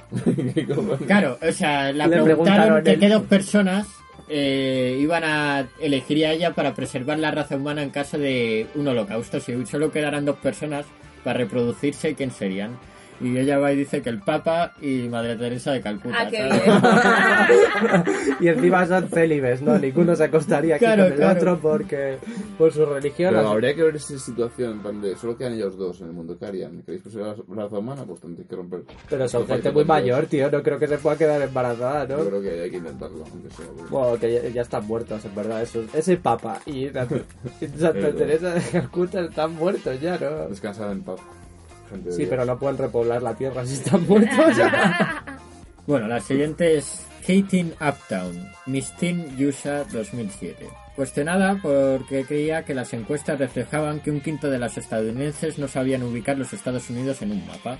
Claro, o sea, la
Le
preguntaron
preguntaron
que
él.
qué dos personas eh, iban a elegir a ella para preservar la raza humana en caso de un holocausto. Si solo quedaran dos personas para reproducirse, ¿quién serían? Y ella va y dice que el Papa y Madre Teresa de Calcuta.
Ah, qué
¿sabes?
bien.
Y encima son célibes, ¿no? Ninguno se acostaría aquí
Claro,
con el
claro.
otro porque... Por su religión.
Pero
así-
habría que ver esa situación, donde solo quedan ellos dos en el mundo. ¿Qué harían? ¿Queréis preservar la raza humana? Pues tendréis que romper.
Pero son
Esto
gente
parece con
muy
Dios.
mayor, tío. No creo que se pueda quedar embarazada, ¿no?
Yo creo que hay que intentarlo, aunque sea. pues. porque-
Bueno, que ya, ya están muertos, en verdad. Eso, ese papa y la- y Santa
Pero-
Teresa de Calcuta están muertos ya, ¿no?
Descansad en paz. gente de
Sí,
Dios.
pero no pueden repoblar la tierra si están muertos.
Bueno, la siguiente es Hating Uptown, Miss Teen USA 2007. Cuestionada porque creía que las encuestas reflejaban que un quinto de las estadounidenses no sabían ubicar los Estados Unidos en un mapa.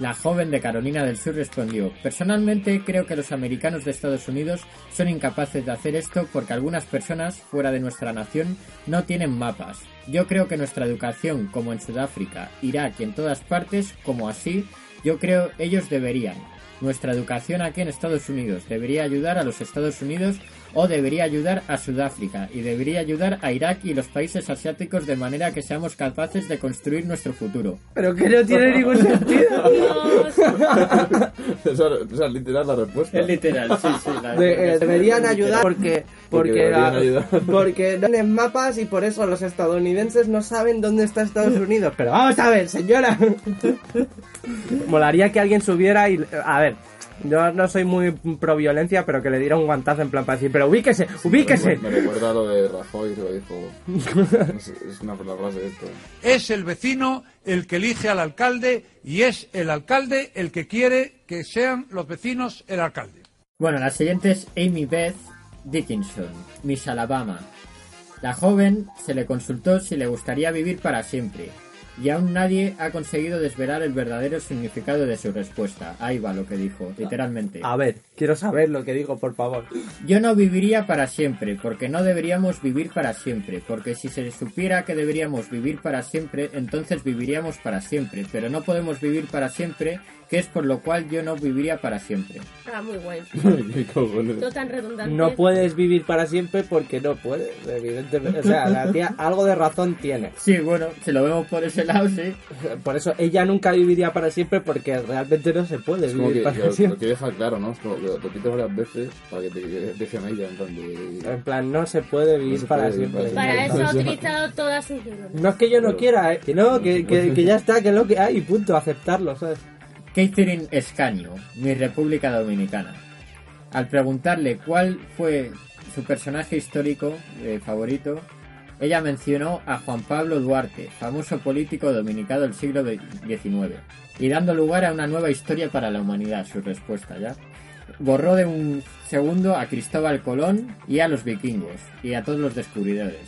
La joven de Carolina del Sur respondió, personalmente creo que los americanos de Estados Unidos son incapaces de hacer esto porque algunas personas fuera de nuestra nación no tienen mapas. Yo creo que nuestra educación, como en Sudáfrica, Irak y en todas partes, como así, yo creo ellos deberían. Nuestra educación aquí en Estados Unidos debería ayudar a los Estados Unidos o debería ayudar a Sudáfrica y debería ayudar a Irak y los países asiáticos de manera que seamos capaces de construir nuestro futuro.
Pero que no tiene ningún sentido.
Dios.
esa, esa es literal la respuesta.
literal, sí, sí.
De- eh, deberían ayudar porque porque
Porque deberían
la-
ayudar.
porque no tienen mapas y por eso los estadounidenses no saben dónde está Estados Unidos. Pero vamos a ver, señora. Molaría que alguien subiera y a ver. Yo no soy muy pro violencia, pero que le diera un guantazo en plan para decir, pero ubíquese, ubíquese.
Me recuerda lo de Rajoy que lo dijo. No sé, Es una la frase de esto.
Es el vecino el que elige al alcalde y es el alcalde el que quiere que sean los vecinos el alcalde.
Bueno, la siguiente es Amy Beth Dickinson, Miss Alabama. La joven se le consultó si le gustaría vivir para siempre, y aún nadie ha conseguido desvelar el verdadero significado de su respuesta. Ahí va lo que dijo, literalmente.
A ver, quiero saber lo que digo, por favor.
Yo no viviría para siempre, porque no deberíamos vivir para siempre, porque si se supiera que deberíamos vivir para siempre, entonces viviríamos para siempre, pero no podemos vivir para siempre, que es por lo cual yo no viviría para siempre.
Ah, muy guay.
¿Qué cojones?
Todo tan redundante.
No puedes vivir para siempre porque no puedes, evidentemente. O sea, la tía algo de razón tiene.
Sí, bueno, si lo vemos por ese lado, sí.
Por eso ella nunca viviría para siempre porque realmente no se puede
Es como
vivir
que
para
lo, lo
siempre.
que deja claro, ¿no? Es como que lo repites varias veces para que te dejen ahí ya en plan de...
En plan, no se puede vivir
se
para
puede vivir
siempre.
para
Para eso ha
Entonces, yo-
utilizado todas sus neuronas.
No es que yo no
Pero-
quiera, eh, que no, que, que- que ya está, que es lo que hay, y punto, aceptarlo, ¿sabes?
Catherine Escaño, mi República Dominicana. Al preguntarle cuál fue su personaje histórico eh, favorito, ella mencionó a Juan Pablo Duarte, famoso político dominicano del siglo XIX, y dando lugar a una nueva historia para la humanidad, su respuesta ya. Borró de un segundo a Cristóbal Colón y a los vikingos, y a todos los descubridores.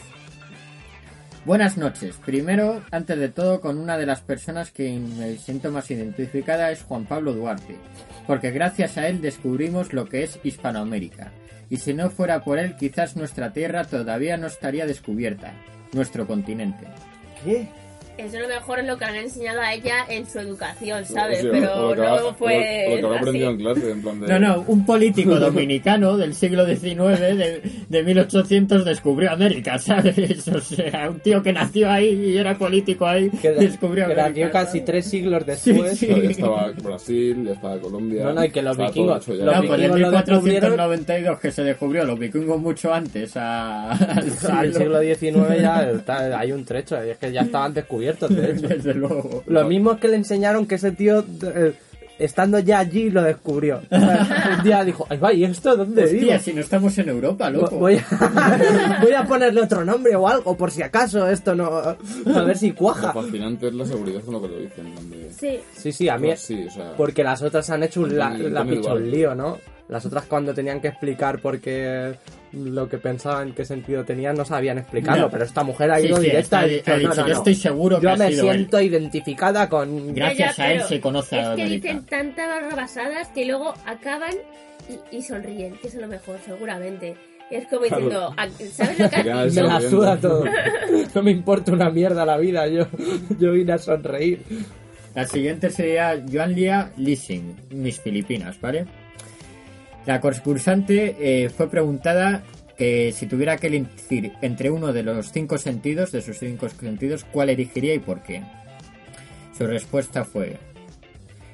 Buenas noches. Primero, antes de todo, con una de las personas que me siento más identificada es Juan Pablo Duarte, porque gracias a él descubrimos lo que es Hispanoamérica, y si no fuera por él quizás nuestra tierra todavía no estaría descubierta, nuestro continente.
¿Qué?
Eso a lo mejor es lo que han enseñado a ella en su educación, ¿sabes?
O sea, o
Pero
lo que habrá-
no fue.
o lo- o lo que habrá
así.
aprendido en clase, en plan de...
No, no, un político dominicano del siglo XIX, de, de 1800, descubrió América, ¿sabes? O sea, un tío que nació ahí y era político ahí,
Que,
descubrió
que
América.
nació casi
¿sabes?
tres siglos después. pues,
sí.
Ya estaba Brasil, ya estaba Colombia.
No, no, y que los
estaba todo
vikingos-
hecho ya.
los
No, pues en
vikingos lo
1492 que se descubrió los vikingos mucho antes a...
En el siglo XIX ya está- hay un trecho, y es que ya estaban descubiertos, de hecho.
Desde luego.
Lo mismo es que le enseñaron que ese tío, eh, estando ya allí, lo descubrió. O sea, Un día dijo, ay, va, ¿y esto dónde vivo?
Hostia, si no estamos en Europa, loco.
Voy a, voy a ponerle otro nombre o algo, por si acaso esto no... A ver si
Lo
cuaja.
fascinante es la seguridad con lo que lo dicen. en plan de-
Sí,
Sí, sí, a mí...
Sí, o sea...
Porque las otras han hecho un la,
Antonio
la picha
Duarte.
un lío, ¿no? Las otras cuando tenían que explicar por qué lo que pensaban, qué sentido tenían, no sabían explicarlo,
No.
pero esta mujer ha
Sí,
ido
sí,
directa
está-
y ha dicho,
ha dicho,
"No, no,
yo
no".
estoy seguro que
Yo
ha
me
sido
siento identificada con...
Ya. Gracias
Ya,
a
ya,
él
pero
se conoce a
Es que
América.
dicen tantas barrabasadas que luego acaban y, y sonríen, que es lo mejor, seguramente. Es como diciendo, "Ah, ¿sabes lo que has
Ya,
Me
eso-
dicho?
la suda todo. No me importa una mierda la vida, yo, yo vine a sonreír.
La siguiente sería Joan Lía Leasing, mis Filipinas, ¿vale? La concursante eh, fue preguntada que si tuviera que elegir entre uno de los cinco sentidos, de sus cinco sentidos, ¿cuál elegiría y por qué? Su respuesta fue,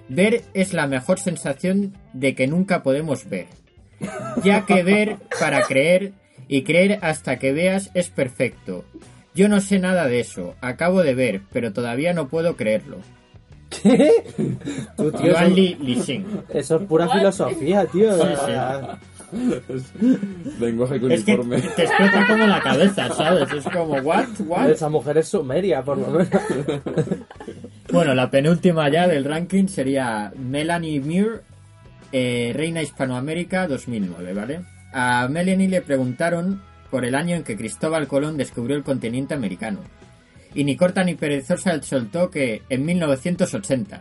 ver es la mejor sensación de que nunca podemos ver, ya que ver para creer y creer hasta que veas es perfecto. Yo no sé nada de eso, acabo de ver, pero todavía no puedo creerlo.
Tú, tío,
Joan
eso,
Li, Li Xing.
eso es pura
What?
filosofía, tío.
Lenguaje
Es que
uniforme.
te explota como la cabeza, ¿sabes? Es como, ¿what? ¿what?
Esa mujer es sumeria, por lo menos.
Bueno, la penúltima ya del ranking sería Melanie Muir, eh, Reina Hispanoamérica 2009, ¿vale? A Melanie le preguntaron por el año en que Cristóbal Colón descubrió el continente americano. Y ni corta ni perezosa soltó que en 1980.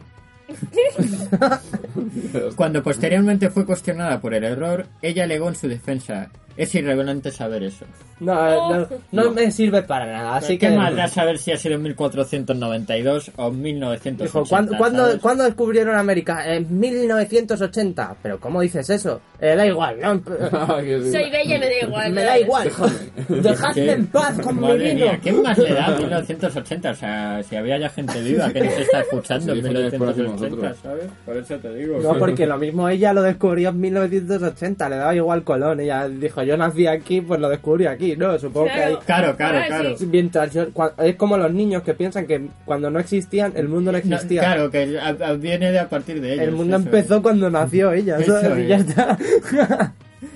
Cuando posteriormente fue cuestionada por el error, ella alegó en su defensa, es irrelevante saber eso.
No, no, no me sirve para nada, así que...
¿Qué más da saber si ha sido en 1492 o en 1980?
Dijo, ¿cuándo,
sabes?
¿cuándo, cuándo descubrieron América? En 1980. Pero ¿cómo dices eso? Eh, da igual, ¿no?
Ah,
Soy bella y me da igual.
Me da igual. Dejadme
¿Qué?
en paz con mi
Madre
vino.
mía, ¿qué más le da a 1980? O sea, si había ya gente viva que nos está escuchando
Sí,
en
fíjate, después
1980,
hacemos
¿sabes? Por eso te digo.
No, porque lo mismo ella lo descubrió en 1980, le daba igual Colón. Ella dijo, yo nací aquí, pues lo descubrí aquí, ¿no? Supongo
Claro.
que
Claro, claro,
Ah,
claro.
hay... Mientras yo- cua- es como los niños que piensan que cuando no existían, el mundo
No,
no existía.
claro, que a- a- viene de a partir de ellos.
el mundo
eso
empezó cuando nació ella,
Eso
¿sabes? Y
es.
ya está.
es.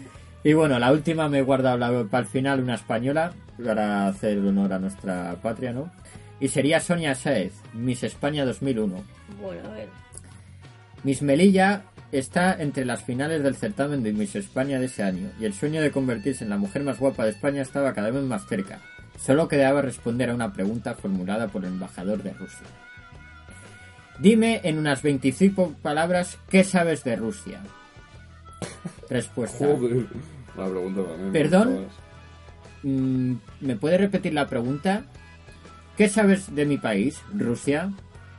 Y bueno, la última me he guardado la- para el final una española, para hacer honor a nuestra patria, ¿no? Y sería Sonia Saez, Miss España 2001.
Bueno, a ver.
Miss Melilla está entre las finales del certamen de Miss España de ese año, y el sueño de convertirse en la mujer más guapa de España estaba cada vez más cerca. Solo quedaba responder a una pregunta formulada por el embajador de Rusia. Dime en unas 25 palabras qué sabes de Rusia. Respuesta.
Joder. La pregunta también.
¿Perdón?
joder.
Mm, ¿Me puede repetir la pregunta? ¿Qué sabes de mi país, Rusia?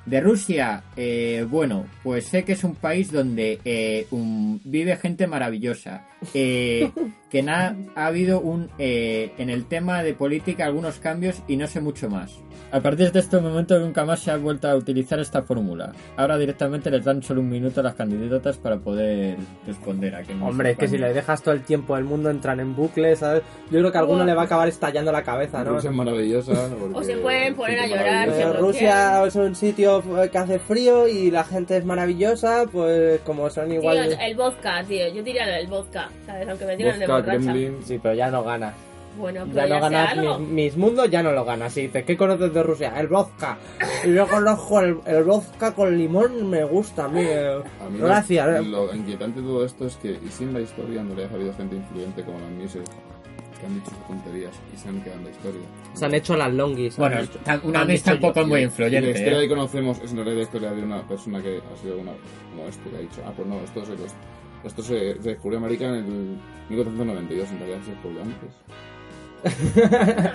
De Rusia, eh, bueno, pues sé que es un país donde eh, um, vive gente maravillosa, eh, que na- ha habido un eh, en el tema de política algunos cambios y no sé mucho más. A partir de este momento nunca más se ha vuelto a utilizar esta fórmula. Ahora directamente les dan solo un minuto a las candidatas para poder responder a que no
Hombre, es que si
sepan.
le dejas todo el tiempo al mundo entran en bucle, ¿sabes? Yo creo que a alguno le va a acabar estallando la cabeza, ¿no?
Rusia es maravillosa.
O se pueden poner a llorar,
Eh,
se bloquean.
Rusia es un sitio eh, que hace frío y la gente es maravillosa, pues como son
Tío, eh.
igual...
el vodka, tío. Yo diría el vodka, ¿sabes? Aunque me digan de
Mosca,
borracha.
Kremlin.
Sí, pero ya no ganas.
Bueno, pero
Ya
ya,
no
sea
ganas
algo.
mis, mis mundos, ya no lo ganas. Y dices, ¿qué conoces de Rusia? El vodka. Y yo conozco el, el vodka con limón, me gusta a mí. eh.
A mí lo-
Gracias. eh.
Lo, inquietante de todo esto es que, y sin la historia, no le ha habido gente influyente como la Music, que han dicho sus tonterías y se han quedado en la historia.
Se han hecho las longis.
Bueno,
han hecho-
tan- una
han
vez
dicho
tampoco es muy
la
influyente.
historia
¿eh?
que conocemos es en realidad la historia de una persona que ha sido una, como este, que ha dicho, ah, pues no, esto se, los- esto se, se descubrió en América en el 1892, en realidad se descubrió antes.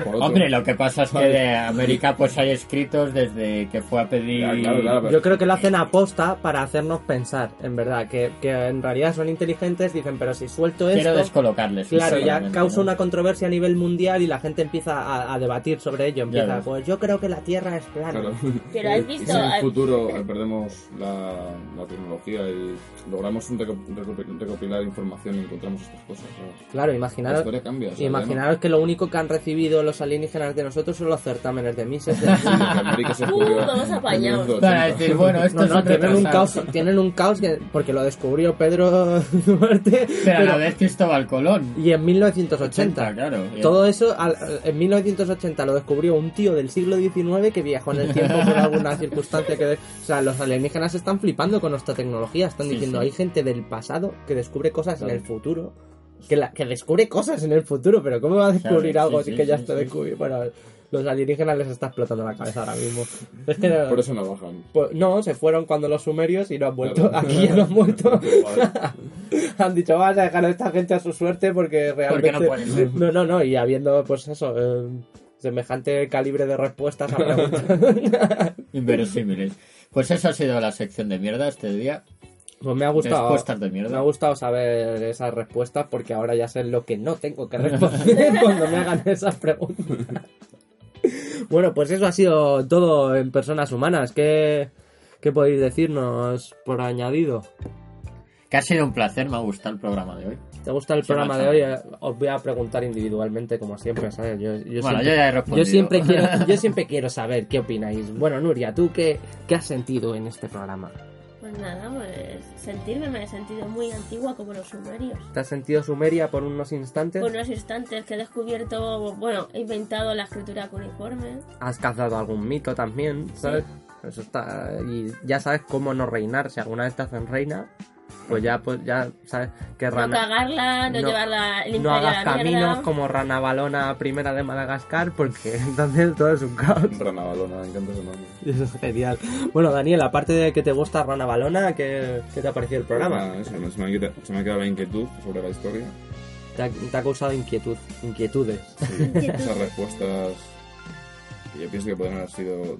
Por otro.
Hombre, lo que pasa es que de América pues hay escritos desde que fue a pedir...
Ya, claro, claro, pero-
Yo creo que lo hacen aposta para hacernos pensar, en verdad, que, que en realidad son inteligentes, dicen, pero si suelto
Quiero
esto,
descolocarles.
claro, ya
sinceramente,
causa
¿no?
una controversia a nivel mundial y la gente empieza a, a debatir sobre ello, empieza,
ves.
pues yo creo que la Tierra es plana.
Claro.
Pero has
Y
visto.
si en el
al-
futuro eh, perdemos la, la tecnología y logramos un reco- reco- recopilar información y encontramos estas cosas, ¿sabes?
Claro,
La
imaginaros,
historia cambia. o sea,
imaginaros que lo único que han recibido los alienígenas de nosotros son los certámenes de Mises. de-
ya no- Sí, que América se descubrió
Uh, todos
en
apañados.
1980.
Para decir, bueno, esto
No,
es
no,
otro
tienen un
trazado.
caos, tienen un caos que- porque lo descubrió Pedro Duarte
Pero a la
pero-
vez Cristóbal Colón.
y en 1980.
claro. eh,
Todo eso al- al- en 1980 lo descubrió un tío del siglo XIX que viajó en el tiempo por alguna circunstancia que... de- O sea, los alienígenas están flipando con nuestra tecnología. Están
Sí,
diciendo,
sí.
hay gente del pasado que descubre cosas
Claro.
en el futuro. Que, la- que descubre cosas en el futuro, pero ¿cómo va a descubrir
Claro,
algo
sí,
si
sí,
que ya
sí,
está
sí.
descubierto? Bueno, los alienígenas les está explotando la cabeza ahora mismo. Es que no-
Por eso no bajan.
pues no, se fueron cuando los sumerios y no han vuelto. Aquí ya no han vuelto. han dicho, vamos a dejar a esta gente a su suerte porque
Porque
realmente.
no pueden ser.
no, no, no, y habiendo, pues eso, eh, semejante calibre de respuestas a preguntas.
Inverosímiles. Pues esa ha sido la sección de mierda este día.
Pues me ha gustado.
Respuestas de
Me
mierda.
ha gustado saber esas respuestas porque ahora ya sé lo que no tengo que responder cuando me hagan esas preguntas. Bueno, pues eso ha sido todo en personas humanas. ¿Qué, qué podéis decirnos por añadido?
Que ha sido un placer, me ha gustado el programa de hoy.
¿Te gusta el
Sí,
programa de
macho.
hoy? Eh, Os voy a preguntar individualmente, como siempre, ¿sabes? Yo, yo
bueno, yo
siempre,
ya he
yo
respondido.
siempre quiero, yo siempre quiero saber qué opináis. Bueno, Nuria, ¿tú qué, qué has sentido en este programa?
Pues nada, pues sentirme me he sentido muy antigua como los sumerios.
¿Te has sentido Sumeria por unos instantes?
Por unos instantes que he descubierto, bueno, he inventado la escritura cuneiforme.
¿Has cazado algún mito también? ¿Sabes? Eso está. Y ya sabes cómo no reinar. Si alguna vez te hacen reina, pues ya, pues ya sabes que
No
rana-
cagarla, no,
No-
llevarla el
no
imperio
hagas
a la
caminos
mierda.
como Rana Balona primera de Madagascar, porque entonces todo es un caos.
Rana Balona, me encanta ese nombre.
Eso es genial. Bueno, Daniel, aparte de que te gusta Rana Balona, ¿qué, qué te ha parecido el programa?
Ah, eso, me- se, me ha quita- se me ha quedado la inquietud sobre la historia.
Te ha, te ha causado inquietud, inquietudes.
Sí, esas respuestas que yo pienso que podrían haber sido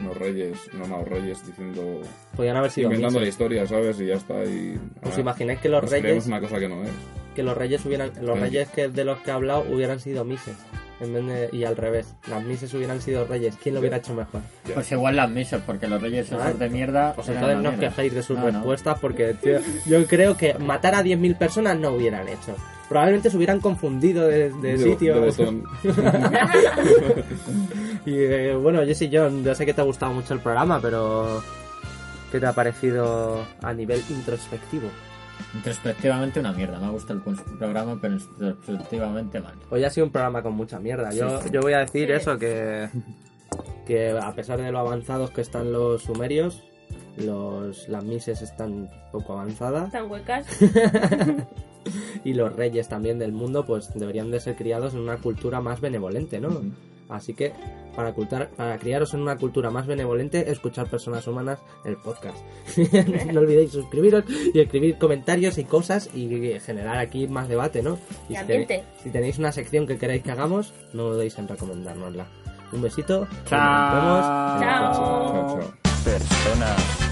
unos reyes, unos malos reyes, diciendo.
Podrían haber sido
inventando la
mises.
historia, ¿sabes? Y ya está. Y,
¿Os
ahora
imagináis que los
nos creemos
reyes
una cosa que no es.
que los reyes hubieran los
Sí.
reyes que de los que he hablado hubieran sido mises en vez de- y al revés, las mises hubieran sido reyes. ¿Quién lo hubiera hecho mejor?
Pues igual las misas, porque los reyes
Ah,
esos de mierda.
Pues
eran
entonces
una
no os
mierda.
quejéis de sus
No, no.
respuestas porque tío, yo creo que matar a 10.000 personas no hubieran hecho. Probablemente se hubieran confundido de, de
De-
sitio.
de botón.
Y eh, bueno, Jesse John, yo sé que te ha gustado mucho el programa, pero ¿qué te ha parecido a nivel introspectivo?
Introspectivamente una mierda. Me ha gustado el cons- programa, pero introspectivamente mal.
Hoy ha sido un programa con mucha mierda. Yo,
Sí, sí.
yo voy a decir
Sí.
eso, que, que a pesar de lo avanzados que están los sumerios, los, las mises están poco avanzadas
Están huecas.
y los reyes también del mundo pues deberían de ser criados en una cultura más benevolente, ¿no? Así que para, cultar, para criaros en una cultura más benevolente, escuchar personas humanas el podcast. no olvidéis suscribiros y escribir comentarios y cosas y generar aquí más debate, ¿no?
Y
si
ambiente.
tenéis- si tenéis una sección que queráis que hagamos, no dudéis en recomendárnosla. Un besito. y nos vemos en el
Chao.
Chao,
próximo.
chao.
Personas